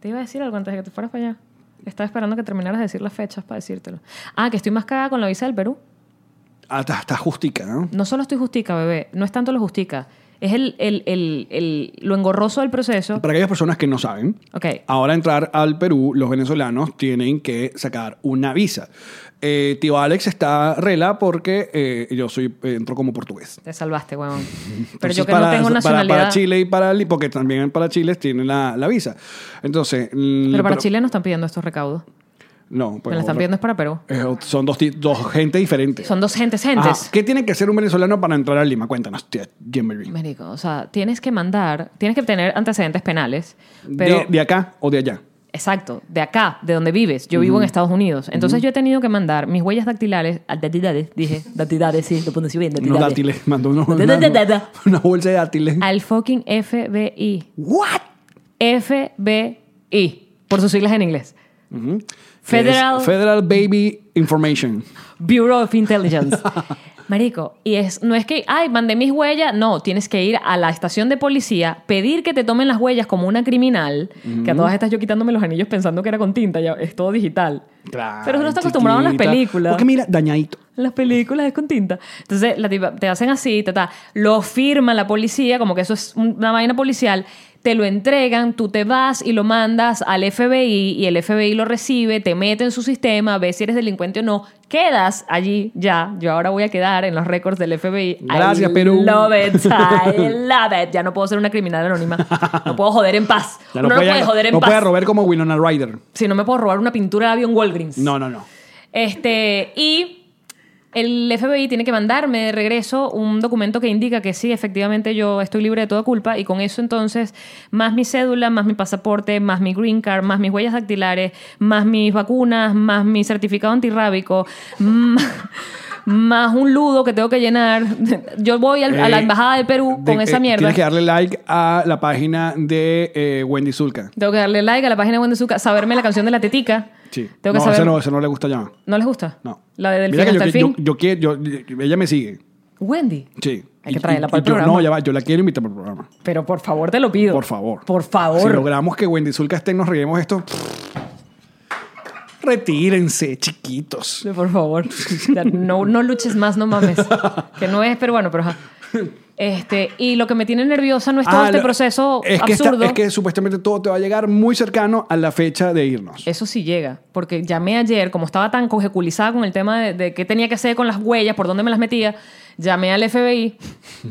[SPEAKER 2] Te iba a decir algo antes de que te fueras para allá. Estaba esperando que terminaras de decir las fechas para decírtelo. Ah, que estoy más cagada con la visa del Perú.
[SPEAKER 1] Ah, está, está justica, ¿no?
[SPEAKER 2] No solo estoy justica, bebé. No es tanto lo justica. Es el, el- el- el- lo engorroso del proceso.
[SPEAKER 1] Para aquellas personas que no saben,
[SPEAKER 2] Ok.
[SPEAKER 1] Ahora entrar al Perú, los venezolanos tienen que sacar una visa. Eh, tío Alex está rela porque eh, yo soy entro como portugués.
[SPEAKER 2] Te salvaste, huevón. Pero
[SPEAKER 1] Entonces,
[SPEAKER 2] yo que
[SPEAKER 1] para-
[SPEAKER 2] no tengo
[SPEAKER 1] para-
[SPEAKER 2] nacionalidad.
[SPEAKER 1] Para, Chile y para Li- porque también para Chile tienen la, la visa. Entonces, mm,
[SPEAKER 2] pero para Chile no están pidiendo estos recaudos.
[SPEAKER 1] No,
[SPEAKER 2] Me la están
[SPEAKER 1] Pues bueno,
[SPEAKER 2] pidiendo es para Perú.
[SPEAKER 1] eh, son dos, ti- dos gente diferentes.
[SPEAKER 2] Son dos gentes,
[SPEAKER 1] Ajá.
[SPEAKER 2] gentes.
[SPEAKER 1] ¿Qué tiene que ser un venezolano para entrar a Lima? Cuéntanos, tía Jemery.
[SPEAKER 2] Marico, o sea, tienes que mandar, tienes que tener antecedentes penales. Pero,
[SPEAKER 1] De, de acá o de allá?
[SPEAKER 2] Exacto, de acá, de donde vives. Yo vivo en Estados Unidos. Entonces yo he tenido que mandar mis huellas dactilares, ah, dactilares, dije, dactilares, sí, lo pronuncio bien,
[SPEAKER 1] Unos
[SPEAKER 2] dactilares.
[SPEAKER 1] dátiles. Mandó unos,
[SPEAKER 2] Da, da, da, da, da.
[SPEAKER 1] una bolsa de dátiles.
[SPEAKER 2] Al fucking FBI.
[SPEAKER 1] ¿What?
[SPEAKER 2] FBI, por sus siglas en inglés. Federal
[SPEAKER 1] Es Federal Baby Information.
[SPEAKER 2] Bureau of Intelligence. Marico, y es, no es que, ay, mandé mis huellas. No, tienes que ir a la estación de policía, pedir que te tomen las huellas como una criminal, que a todas estas yo quitándome los anillos pensando que era con tinta, ya es todo digital. Pero uno está acostumbrado a las
[SPEAKER 1] chiquita.
[SPEAKER 2] películas.
[SPEAKER 1] Porque mira, dañadito.
[SPEAKER 2] Las películas es con tinta. Entonces, la tipa- te hacen así, ta, ta, lo firma la policía, como que eso es una vaina policial, te lo entregan, tú te vas y lo mandas al FBI y el FBI lo recibe, te mete en su sistema, ve si eres delincuente o no, quedas allí ya. Yo ahora voy a quedar en los récords del FBI.
[SPEAKER 1] Gracias,
[SPEAKER 2] I
[SPEAKER 1] Perú.
[SPEAKER 2] Love it, I love it. Ya no puedo ser una criminal anónima. No puedo joder en paz.
[SPEAKER 1] Ya
[SPEAKER 2] Uno no puede joder en
[SPEAKER 1] no
[SPEAKER 2] paz.
[SPEAKER 1] puede robar como Winona Ryder.
[SPEAKER 2] si no me puedo robar una pintura de avión Walgreens.
[SPEAKER 1] No, no, no.
[SPEAKER 2] Este, y el FBI tiene que mandarme de regreso un documento que indica que sí, efectivamente yo estoy libre de toda culpa y con eso entonces más mi cédula, más mi pasaporte, más mi green card, más mis huellas dactilares, más mis vacunas, más mi certificado antirrábico, más, más un ludo que tengo que llenar. Yo voy al- a la
[SPEAKER 1] Eh,
[SPEAKER 2] embajada de Perú
[SPEAKER 1] de-
[SPEAKER 2] con
[SPEAKER 1] eh,
[SPEAKER 2] esa mierda.
[SPEAKER 1] Tienes que darle like a la página de eh, Wendy Zulka.
[SPEAKER 2] Tengo que darle like a la página de Wendy Zucca, saberme la canción de la tetica.
[SPEAKER 1] Sí.
[SPEAKER 2] Tengo que
[SPEAKER 1] no,
[SPEAKER 2] saber-
[SPEAKER 1] ese no, ese no le gusta ya.
[SPEAKER 2] ¿No les gusta?
[SPEAKER 1] No.
[SPEAKER 2] La de Delfín
[SPEAKER 1] Mira que
[SPEAKER 2] hasta
[SPEAKER 1] yo,
[SPEAKER 2] el fin.
[SPEAKER 1] Yo, yo quiero, yo- yo- ella me sigue.
[SPEAKER 2] Wendy.
[SPEAKER 1] Sí.
[SPEAKER 2] Hay que
[SPEAKER 1] Y-
[SPEAKER 2] traerla
[SPEAKER 1] y-
[SPEAKER 2] para el
[SPEAKER 1] y yo-
[SPEAKER 2] programa.
[SPEAKER 1] No, ya va, yo la quiero invitar para el programa.
[SPEAKER 2] Pero por favor, te lo pido.
[SPEAKER 1] Por favor.
[SPEAKER 2] Por favor.
[SPEAKER 1] Si logramos que Wendy Zulka esté, nos reiremos esto. Retírense, chiquitos.
[SPEAKER 2] Por favor. Ya, No, no luches más, no mames. Que no es peruano, pero ajá. Este, y lo que me tiene nerviosa no es todo
[SPEAKER 1] Ah,
[SPEAKER 2] este
[SPEAKER 1] lo-
[SPEAKER 2] proceso
[SPEAKER 1] es que está-
[SPEAKER 2] absurdo.
[SPEAKER 1] es que supuestamente todo te va a llegar muy cercano a la fecha de irnos.
[SPEAKER 2] Eso sí llega, porque llamé ayer, como estaba tan cojeculizada con el tema de, de qué tenía que hacer con las huellas, por dónde me las metía, llamé al FBI,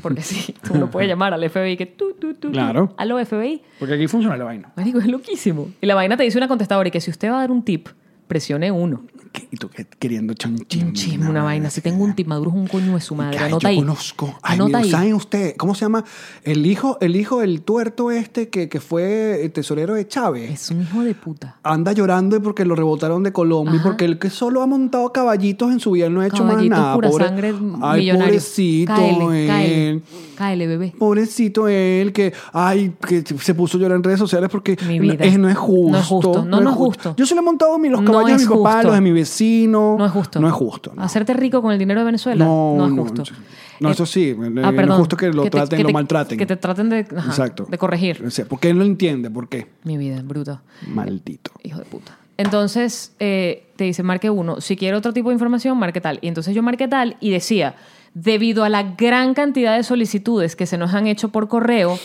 [SPEAKER 2] porque sí, tú no puedes llamar al FBI, que tú, tú, tú, tú.
[SPEAKER 1] Claro.
[SPEAKER 2] aló FBI,
[SPEAKER 1] Porque aquí funciona la vaina.
[SPEAKER 2] Marico, es loquísimo. Y la vaina te dice una contestadora y que si usted va a dar un tip, presione uno.
[SPEAKER 1] ¿Qué- Y tú qué- queriendo chanchín.
[SPEAKER 2] Un chisme, una vaina. Si tengo un tip maduro, es un coño de su madre.
[SPEAKER 1] Ay,
[SPEAKER 2] Anota
[SPEAKER 1] yo
[SPEAKER 2] ahí.
[SPEAKER 1] conozco. Ay,
[SPEAKER 2] Anota
[SPEAKER 1] mira,
[SPEAKER 2] ahí.
[SPEAKER 1] ¿Saben ustedes? ¿Cómo se llama? El hijo, el hijo del tuerto este que, que fue el tesorero de Chávez.
[SPEAKER 2] Es un hijo de puta.
[SPEAKER 1] Anda llorando porque lo rebotaron de Colombia, y
[SPEAKER 2] Ajá.
[SPEAKER 1] porque el que solo ha montado caballitos en su vida no ha hecho más
[SPEAKER 2] Caballito
[SPEAKER 1] nada.
[SPEAKER 2] pura
[SPEAKER 1] pobre-
[SPEAKER 2] sangre
[SPEAKER 1] Ay,
[SPEAKER 2] millonario.
[SPEAKER 1] pobrecito eh.
[SPEAKER 2] cáele,
[SPEAKER 1] él.
[SPEAKER 2] cáele, cáele, bebé.
[SPEAKER 1] Pobrecito él que, ay, que se puso a llorar en redes sociales porque
[SPEAKER 2] Mi vida.
[SPEAKER 1] es- no es justo.
[SPEAKER 2] No es justo. No, no es justo.
[SPEAKER 1] Yo se lo he montado a mi- los
[SPEAKER 2] No
[SPEAKER 1] caballos de
[SPEAKER 2] es
[SPEAKER 1] mi papá,
[SPEAKER 2] justo.
[SPEAKER 1] los de mi vecino.
[SPEAKER 2] No es justo.
[SPEAKER 1] No es justo. no.
[SPEAKER 2] Hacerte rico con el dinero de Venezuela.
[SPEAKER 1] No,
[SPEAKER 2] No,
[SPEAKER 1] no,
[SPEAKER 2] es justo. Eh, ah,
[SPEAKER 1] no. No, eso sí, eh, no es justo que lo traten, lo
[SPEAKER 2] te-
[SPEAKER 1] maltraten.
[SPEAKER 2] Que te traten de, ajá,
[SPEAKER 1] Exacto.
[SPEAKER 2] de corregir.
[SPEAKER 1] O sea, porque él no entiende por qué.
[SPEAKER 2] Mi vida, bruto.
[SPEAKER 1] Maldito.
[SPEAKER 2] Hijo de puta. Entonces eh, te dice, marque uno. Si quiere otro tipo de información, marque tal. Y entonces yo marqué tal y decía, debido a la gran cantidad de solicitudes que se nos han hecho por correo,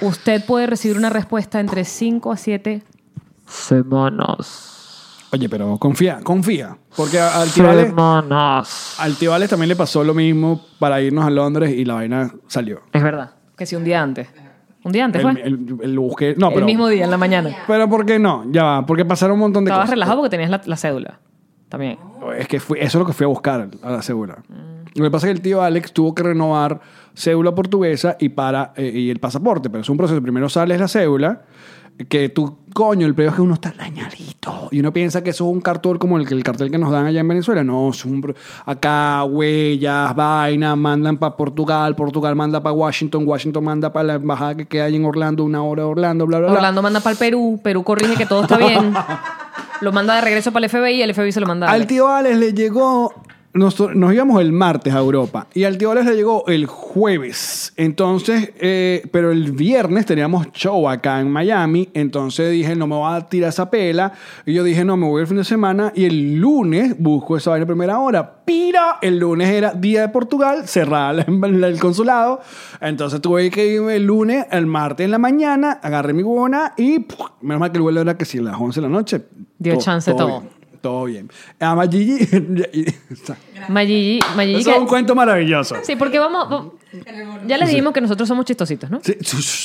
[SPEAKER 2] usted puede recibir una respuesta entre 5 a 7 semanas.
[SPEAKER 1] Oye, pero confía, confía. Porque a- al Tibales,
[SPEAKER 2] Semanas.
[SPEAKER 1] al Tibales también le pasó lo mismo para irnos a Londres y la vaina salió.
[SPEAKER 2] Es verdad. Que si un día antes. Un día antes
[SPEAKER 1] El,
[SPEAKER 2] fue.
[SPEAKER 1] el,
[SPEAKER 2] El,
[SPEAKER 1] el- lo busqué. No, pero.
[SPEAKER 2] mismo día, en la mañana.
[SPEAKER 1] Pero ¿por qué no? Ya va, porque pasaron un montón de
[SPEAKER 2] Estabas
[SPEAKER 1] cosas.
[SPEAKER 2] relajado porque tenías la, la cédula. También.
[SPEAKER 1] Es que fui- eso es lo que fui a buscar a la cédula.
[SPEAKER 2] Mm.
[SPEAKER 1] Lo que pasa es que el tío Alex tuvo que renovar cédula portuguesa y, para, eh, y el pasaporte, pero es un proceso. Primero sales la cédula, que tú, coño, el peor es que uno está dañadito. Y uno piensa que eso es un cartel como el, que- el cartel que nos dan allá en Venezuela. No, es un, pro- acá huellas, vaina, mandan para Portugal, Portugal manda para Washington, Washington manda para la embajada que queda ahí en Orlando, una hora de Orlando, bla, bla, bla.
[SPEAKER 2] Orlando manda para el Perú, Perú corrige que todo está bien. lo manda de regreso para el FBI y el FBI se lo manda. a
[SPEAKER 1] Al
[SPEAKER 2] Alex.
[SPEAKER 1] tío Alex le llegó. Nos, nos íbamos el martes a Europa y al tío Alex le llegó el jueves. Entonces, eh, pero el viernes teníamos show acá en Miami. Entonces dije, no me voy a tirar esa pela. Y yo dije, no, me voy el fin de semana. Y el lunes busco esa vaina a primera hora. Pira, el lunes era día de Portugal, cerrada la- la- el consulado. Entonces tuve que irme el lunes, el martes en la mañana, agarré mi huevona y ¡puf! menos mal que el vuelo era que si a las 11 de la noche.
[SPEAKER 2] Dio chance todo.
[SPEAKER 1] bien. todo bien. A Mayigi. Eso
[SPEAKER 2] Mayigi, Mayigi
[SPEAKER 1] es
[SPEAKER 2] que-
[SPEAKER 1] un cuento maravilloso.
[SPEAKER 2] Sí, porque vamos... vamos- Ya les dijimos que nosotros somos chistositos, ¿no?
[SPEAKER 1] Sí.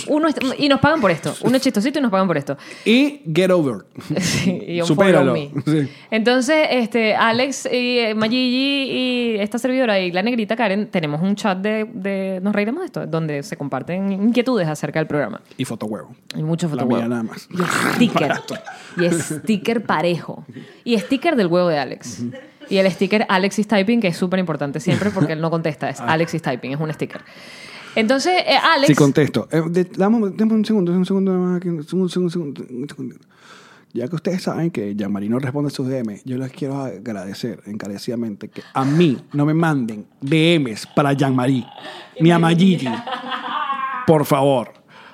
[SPEAKER 2] Uno es- y nos pagan por esto. Uno es chistosito y nos pagan por esto.
[SPEAKER 1] Y Get Over. It.
[SPEAKER 2] Sí, y un
[SPEAKER 1] Supéralo.
[SPEAKER 2] follow me.
[SPEAKER 1] Sí.
[SPEAKER 2] Entonces, este, Alex y eh, Mayigi y esta servidora y la negrita Karen tenemos un chat de, de Nos Reiremos de esto, donde se comparten inquietudes acerca del programa.
[SPEAKER 1] Y Fotohuevo.
[SPEAKER 2] Hay muchos
[SPEAKER 1] La mía
[SPEAKER 2] fotohuevos.
[SPEAKER 1] nada más.
[SPEAKER 2] Y sticker. y sticker parejo. Y sticker del huevo de Alex. Y el sticker Alex is typing, que es súper importante siempre porque él no contesta. Es Alex is typing, es un sticker. Entonces, eh, Alex.
[SPEAKER 1] Ah. Sí, contesto. Eh, de- dame, dame un segundo, un segundo nada más. aquí, Un segundo, un segundo, un segundo, un segundo. Ya que ustedes saben que Gianmarino responde sus DM, yo les quiero agradecer encarecidamente que a mí no me manden DMs para Gianmarí, ni a Mayigi. Por favor.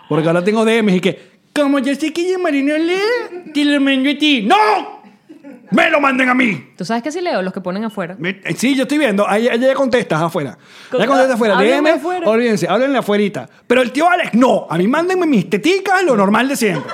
[SPEAKER 1] Porque ahora tengo DMs y que, como yo sé que Gianmarí no lee, te lo mando a ti. ¡No! ¡Me lo manden a mí!
[SPEAKER 2] Tú sabes que sí leo los que ponen afuera.
[SPEAKER 1] Me- eh, Sí, yo estoy viendo. Ahí, ahí ya contestas afuera. Ya
[SPEAKER 2] Con-
[SPEAKER 1] contestas afuera.
[SPEAKER 2] háblenme
[SPEAKER 1] DM,
[SPEAKER 2] afuera.
[SPEAKER 1] olvídense, háblenle afuerita. Pero el tío Alex, no. A mí mándenme mis teticas, lo normal de siempre.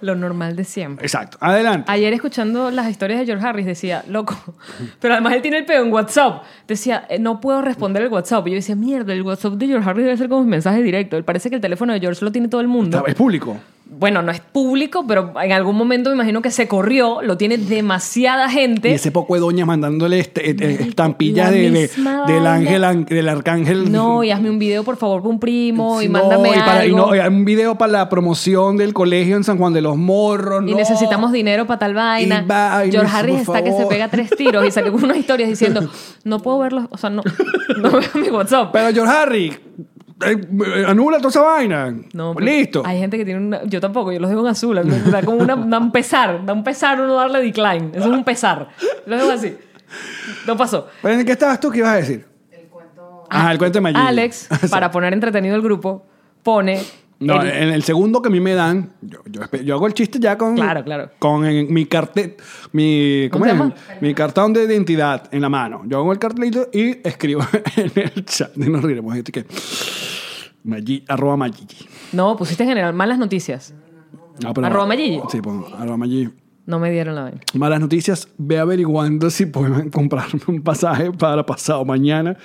[SPEAKER 2] Lo normal de siempre.
[SPEAKER 1] Exacto. Adelante.
[SPEAKER 2] Ayer escuchando las historias de George Harris decía, loco, pero además él tiene el pedo en WhatsApp. Decía, eh, no puedo responder el WhatsApp. Y yo decía, mierda, el WhatsApp de George Harris debe ser como un mensaje directo. Él parece que el teléfono de George lo tiene todo el mundo.
[SPEAKER 1] Está- Es público.
[SPEAKER 2] Bueno, no es público, pero en algún momento me imagino que se corrió, lo tiene demasiada gente.
[SPEAKER 1] Y ese poco de doña mandándole este- eh, eh, estampillas
[SPEAKER 2] la
[SPEAKER 1] de- de-
[SPEAKER 2] misma
[SPEAKER 1] del
[SPEAKER 2] vaina.
[SPEAKER 1] ángel, an- del arcángel.
[SPEAKER 2] No, y hazme un video, por favor, con un primo y
[SPEAKER 1] No,
[SPEAKER 2] mándame
[SPEAKER 1] y para- y
[SPEAKER 2] algo.
[SPEAKER 1] no, y un video para la promoción del colegio en San Juan de los Morros.
[SPEAKER 2] Y
[SPEAKER 1] no.
[SPEAKER 2] necesitamos dinero para tal vaina.
[SPEAKER 1] Y vainas,
[SPEAKER 2] George Harris
[SPEAKER 1] por
[SPEAKER 2] está que se
[SPEAKER 1] favor.
[SPEAKER 2] pega tres tiros y salió con unas historias diciendo, no puedo verlos, o sea, no, no veo mi WhatsApp.
[SPEAKER 1] Pero George Harry, eh, anula toda esa vaina.
[SPEAKER 2] No, porque
[SPEAKER 1] Listo.
[SPEAKER 2] Hay gente que tiene una... Yo tampoco, yo los dejo en azul. a mí me Da como una, da un pesar, da un pesar uno darle decline. Eso es un pesar. Los dejo así. No pasó.
[SPEAKER 1] Pero, ¿En qué estabas tú? ¿Qué ibas a decir?
[SPEAKER 5] El cuento.
[SPEAKER 1] Ajá, el cuento de Mayigi.
[SPEAKER 2] Alex, para poner entretenido el grupo, pone...
[SPEAKER 1] No, eh.
[SPEAKER 2] el-
[SPEAKER 1] en el segundo que a mí me dan, yo, yo, espe- yo hago el chiste ya con,
[SPEAKER 2] Claro, claro.
[SPEAKER 1] con eh, mi cartel, mi, ¿cómo
[SPEAKER 2] ¿Cómo se
[SPEAKER 1] es?
[SPEAKER 2] llama?
[SPEAKER 1] mi cartón de identidad en la mano. Yo hago el cartelito y escribo en el chat y nos riremos. Gente que, Maggi- arroba Magigi.
[SPEAKER 2] No, pusiste en general malas noticias.
[SPEAKER 1] No, pero-
[SPEAKER 2] Arroba Magigi.
[SPEAKER 1] Sí, pongo arroba Magigi.
[SPEAKER 2] No me dieron la vaina.
[SPEAKER 1] Malas noticias, ve averiguando si pueden comprarme un pasaje para pasado mañana.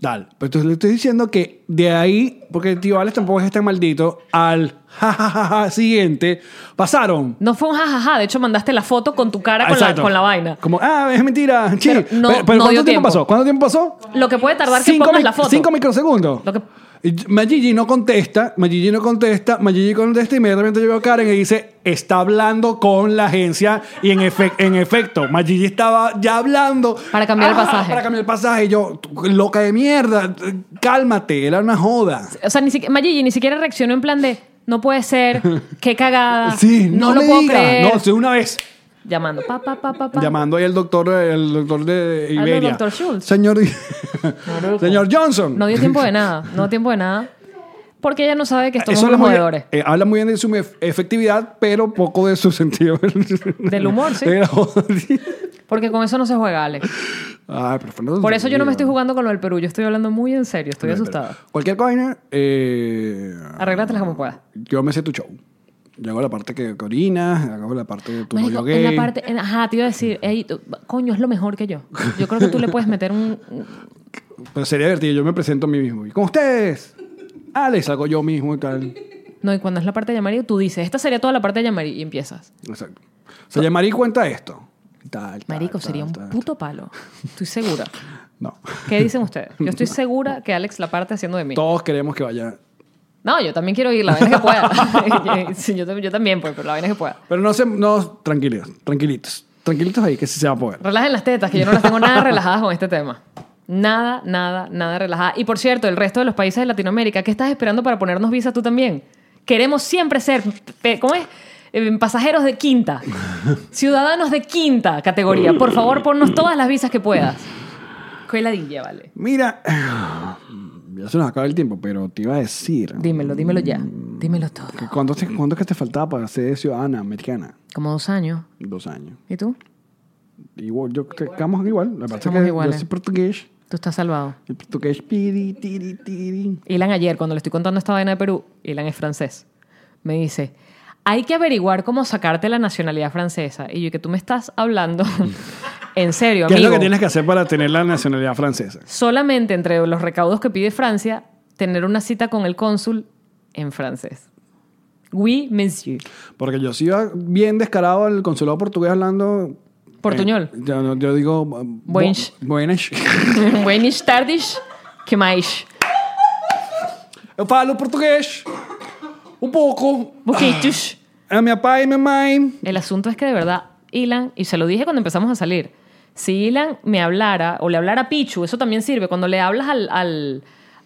[SPEAKER 1] Tal. Pero entonces le estoy diciendo que de ahí, porque el tío Alex tampoco es tan maldito, al jajajaja siguiente, pasaron.
[SPEAKER 2] No fue un jajaja, de hecho mandaste la foto con tu cara con, la,
[SPEAKER 1] Exacto.
[SPEAKER 2] con la vaina.
[SPEAKER 1] Como, ah, es mentira. Sí.
[SPEAKER 2] Pero no- no
[SPEAKER 1] ¿cuánto
[SPEAKER 2] dio
[SPEAKER 1] tiempo,
[SPEAKER 2] tiempo.
[SPEAKER 1] pasó? ¿Cuánto tiempo pasó?
[SPEAKER 2] Lo que puede tardar que
[SPEAKER 1] mi-
[SPEAKER 2] pongas la foto.
[SPEAKER 1] cinco microsegundos.
[SPEAKER 2] Lo que-
[SPEAKER 1] Y Mayigi no contesta, Mayigi no contesta, Mayigi contesta y inmediatamente llegó Karen y dice, está hablando con la agencia y en, efe- en efecto, Mayigi estaba ya hablando.
[SPEAKER 2] Para cambiar el pasaje.
[SPEAKER 1] Para cambiar el pasaje. Y yo, "Tú, loca de mierda, cálmate, era una joda.
[SPEAKER 2] O sea, ni siquiera, Mayigi ni siquiera reaccionó en plan de no puede ser, qué cagada.
[SPEAKER 1] Sí, no,
[SPEAKER 2] Ah, lo
[SPEAKER 1] me
[SPEAKER 2] puedo
[SPEAKER 1] digas.
[SPEAKER 2] creer.
[SPEAKER 1] No, sí, una vez.
[SPEAKER 2] Llamando. Pa, pa, pa, pa, pa.
[SPEAKER 1] Llamando ahí al doctor, el doctor de Iberia.
[SPEAKER 2] doctor Schultz.
[SPEAKER 1] Señor, señor Johnson.
[SPEAKER 2] No dio tiempo de nada. No dio tiempo de nada. Porque ella no sabe que estos
[SPEAKER 1] Eso
[SPEAKER 2] son
[SPEAKER 1] habla
[SPEAKER 2] los
[SPEAKER 1] muy,
[SPEAKER 2] jugadores.
[SPEAKER 1] bien, eh, habla muy bien de su ef- efectividad, pero poco de su sentido. Del
[SPEAKER 2] humor, sí. Porque con eso no se juega, Alex.
[SPEAKER 1] Ay, Ah, pero Fernando,
[SPEAKER 2] Por eso yo no me estoy
[SPEAKER 1] mira.
[SPEAKER 2] jugando con lo del Perú. Yo estoy hablando muy en serio. Estoy asustada.
[SPEAKER 1] Cualquier coina, eh,
[SPEAKER 2] Arréglatelas como puedas.
[SPEAKER 1] yo me sé tu show. Yo hago la parte que que orinas, hago la parte de tu
[SPEAKER 2] Marico,
[SPEAKER 1] rollo
[SPEAKER 2] en
[SPEAKER 1] gay.
[SPEAKER 2] la parte, en- ajá, te iba a decir, ey, tú- coño, es lo mejor que yo. Yo creo que tú le puedes meter un... un-
[SPEAKER 1] Pero sería divertido, yo me presento a mí mismo. Y con ustedes, Alex, hago yo mismo y tal.
[SPEAKER 2] No, y cuando es la parte de Yamari, tú dices, esta sería toda la parte de Yamari y empiezas.
[SPEAKER 1] Exacto. O sea, llamarí cuenta esto. Y Tal, tal,
[SPEAKER 2] Marico,
[SPEAKER 1] tal,
[SPEAKER 2] sería un
[SPEAKER 1] tal,
[SPEAKER 2] puto palo. Estoy segura.
[SPEAKER 1] tal. No.
[SPEAKER 2] ¿Qué dicen ustedes? Yo estoy segura que Alex la parte haciendo de mí.
[SPEAKER 1] Todos queremos que vaya
[SPEAKER 2] No, yo también quiero ir, la vaina es que pueda. Sí, yo, tam- yo también, pues, pero la vaina es que pueda.
[SPEAKER 1] Pero no se, no, tranquilos, tranquilitos. Tranquilitos ahí, que sí se va a poder.
[SPEAKER 2] Relajen las tetas, que yo no las tengo nada relajadas con este tema. Nada, nada, nada relajada. Y por cierto, el resto de los países de Latinoamérica, ¿qué estás esperando para ponernos visa tú también? Queremos siempre ser, pe- ¿cómo es? Eh, Pasajeros de quinta, ciudadanos de quinta categoría. Por favor, ponnos todas las visas que puedas. Qué ladilla, vale.
[SPEAKER 1] Mira, ya se nos acaba el tiempo, pero te iba a decir.
[SPEAKER 2] Dímelo, dímelo ya. Dímelo todo.
[SPEAKER 1] que ¿Cuánto, te- cuánto es que te faltaba para ser ciudadana americana?
[SPEAKER 2] Como dos años.
[SPEAKER 1] Dos años.
[SPEAKER 2] ¿Y tú?
[SPEAKER 1] Igual, yo te- estamos igual. La verdad es
[SPEAKER 2] Estamos
[SPEAKER 1] que yo
[SPEAKER 2] iguales.
[SPEAKER 1] soy portugués.
[SPEAKER 2] Tú estás salvado.
[SPEAKER 1] El portugués piri, tiri, tiri.
[SPEAKER 2] Ilan ayer, cuando le estoy contando esta vaina de Perú, Ilan es francés, me dice, hay que averiguar cómo sacarte la nacionalidad francesa. Y yo, que tú me estás hablando en serio,
[SPEAKER 1] ¿Qué es lo
[SPEAKER 2] amigo.
[SPEAKER 1] que tienes que hacer para tener la nacionalidad francesa?
[SPEAKER 2] Solamente entre los recaudos que pide Francia, tener una cita con el cónsul en francés. Oui, monsieur.
[SPEAKER 1] Porque yo sí iba bien descarado al consulado portugués hablando.
[SPEAKER 2] Portuñol.
[SPEAKER 1] Eh, yo, no- yo digo. bo-
[SPEAKER 2] Buenas.
[SPEAKER 1] Buenas.
[SPEAKER 2] Buenas tardes. ¿Qué más?
[SPEAKER 1] Eu falo portugués. Un poco.
[SPEAKER 2] Boquitos.
[SPEAKER 1] A mi papá y mi mamá.
[SPEAKER 2] El asunto es que de verdad, Ilan, y se lo dije cuando empezamos a salir, si Ilan me hablara o le hablara a Pichu, eso también sirve. Cuando le hablas al, al-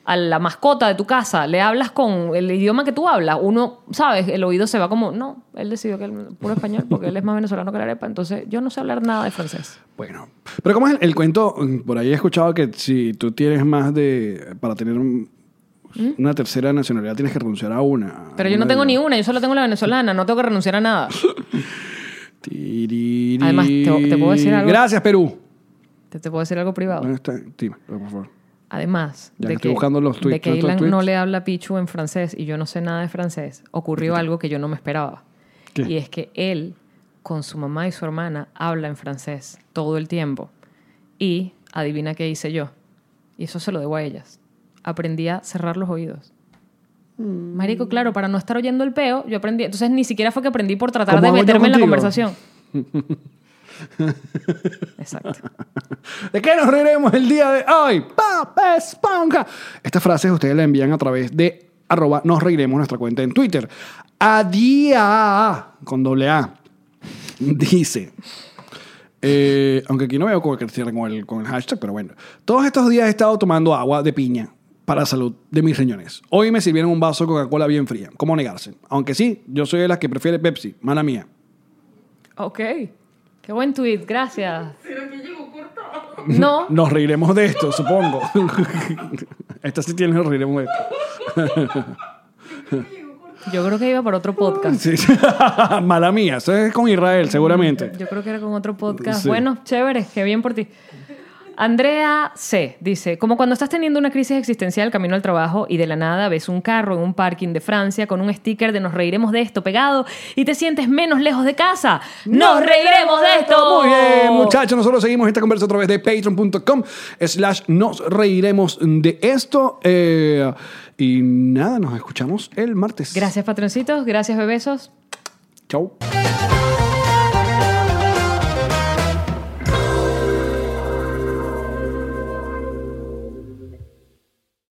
[SPEAKER 2] a la mascota de tu casa, le hablas con el idioma que tú hablas, uno, ¿sabes? El oído se va como, no, él decidió que él puro español porque él es más venezolano que la arepa, entonces yo no sé hablar nada de francés.
[SPEAKER 1] Bueno. Pero ¿cómo es el, el cuento? mm, Por ahí he escuchado que si tú tienes más de. Para tener un- una tercera nacionalidad tienes que renunciar a una.
[SPEAKER 2] ¿Mm? Pero yo no tengo ni una, yo solo tengo la venezolana, no tengo que renunciar a nada.
[SPEAKER 1] Tiriri.
[SPEAKER 2] Además, te- te puedo decir algo. Oh.
[SPEAKER 1] Gracias, Perú.
[SPEAKER 2] Te, te puedo decir algo privado.
[SPEAKER 1] ¿Dónde está? Dime, por favor.
[SPEAKER 2] Además
[SPEAKER 1] Ya que
[SPEAKER 2] de
[SPEAKER 1] estoy
[SPEAKER 2] que,
[SPEAKER 1] buscando los tweets,
[SPEAKER 2] de que
[SPEAKER 1] todos estos
[SPEAKER 2] Ilan
[SPEAKER 1] tweets.
[SPEAKER 2] no le habla a Pichu en francés y yo no sé nada de francés, ocurrió algo que yo no me esperaba.
[SPEAKER 1] ¿Qué?
[SPEAKER 2] Y es que él, con su mamá y su hermana, habla en francés todo el tiempo. Y adivina qué hice yo. Y eso se lo debo a ellas. Aprendí a cerrar los oídos. Marico, claro, para no estar oyendo el peo, yo aprendí. Entonces ni siquiera fue que aprendí por tratar
[SPEAKER 1] ¿Cómo
[SPEAKER 2] de
[SPEAKER 1] hago yo
[SPEAKER 2] meterme en la
[SPEAKER 1] contigo?
[SPEAKER 2] conversación. Exacto.
[SPEAKER 1] ¿De qué nos reiremos el día de hoy? ¡Pap Esponja! Estas frases ustedes las envían a través de arroba nos reiremos nuestra cuenta en Twitter. Adia con doble A. Dice. eh, aunque aquí no veo cómo que cierren con el, con el hashtag, pero bueno. Todos estos días he estado tomando agua de piña para salud de mis riñones. Hoy me sirvieron un vaso de Coca-Cola bien fría. ¿Cómo negarse? Aunque sí, yo soy de las que prefiere Pepsi. Mala mía.
[SPEAKER 2] Ok. Qué buen tweet, gracias. No,
[SPEAKER 1] Nos reiremos de esto, supongo. Esta sí tiene, nos reiremos de esto.
[SPEAKER 2] yo creo que iba para otro podcast.
[SPEAKER 1] Sí. Mala mía, eso es con Israel, seguramente.
[SPEAKER 2] Yo creo que era con otro podcast.
[SPEAKER 1] Sí.
[SPEAKER 2] Bueno, chévere, qué bien por ti. Andrea C. dice, como cuando estás teniendo una crisis existencial camino al trabajo y de la nada ves un carro en un parking de Francia con un sticker de nos reiremos de esto pegado y te sientes menos lejos de casa. ¡Nos reiremos de esto!
[SPEAKER 1] Muy bien, muchachos. Nosotros seguimos esta conversa a través de patreon.com slash nos reiremos de esto. Eh, y nada, nos escuchamos el martes.
[SPEAKER 2] Gracias, patroncitos. Gracias, bebesos.
[SPEAKER 1] Chau.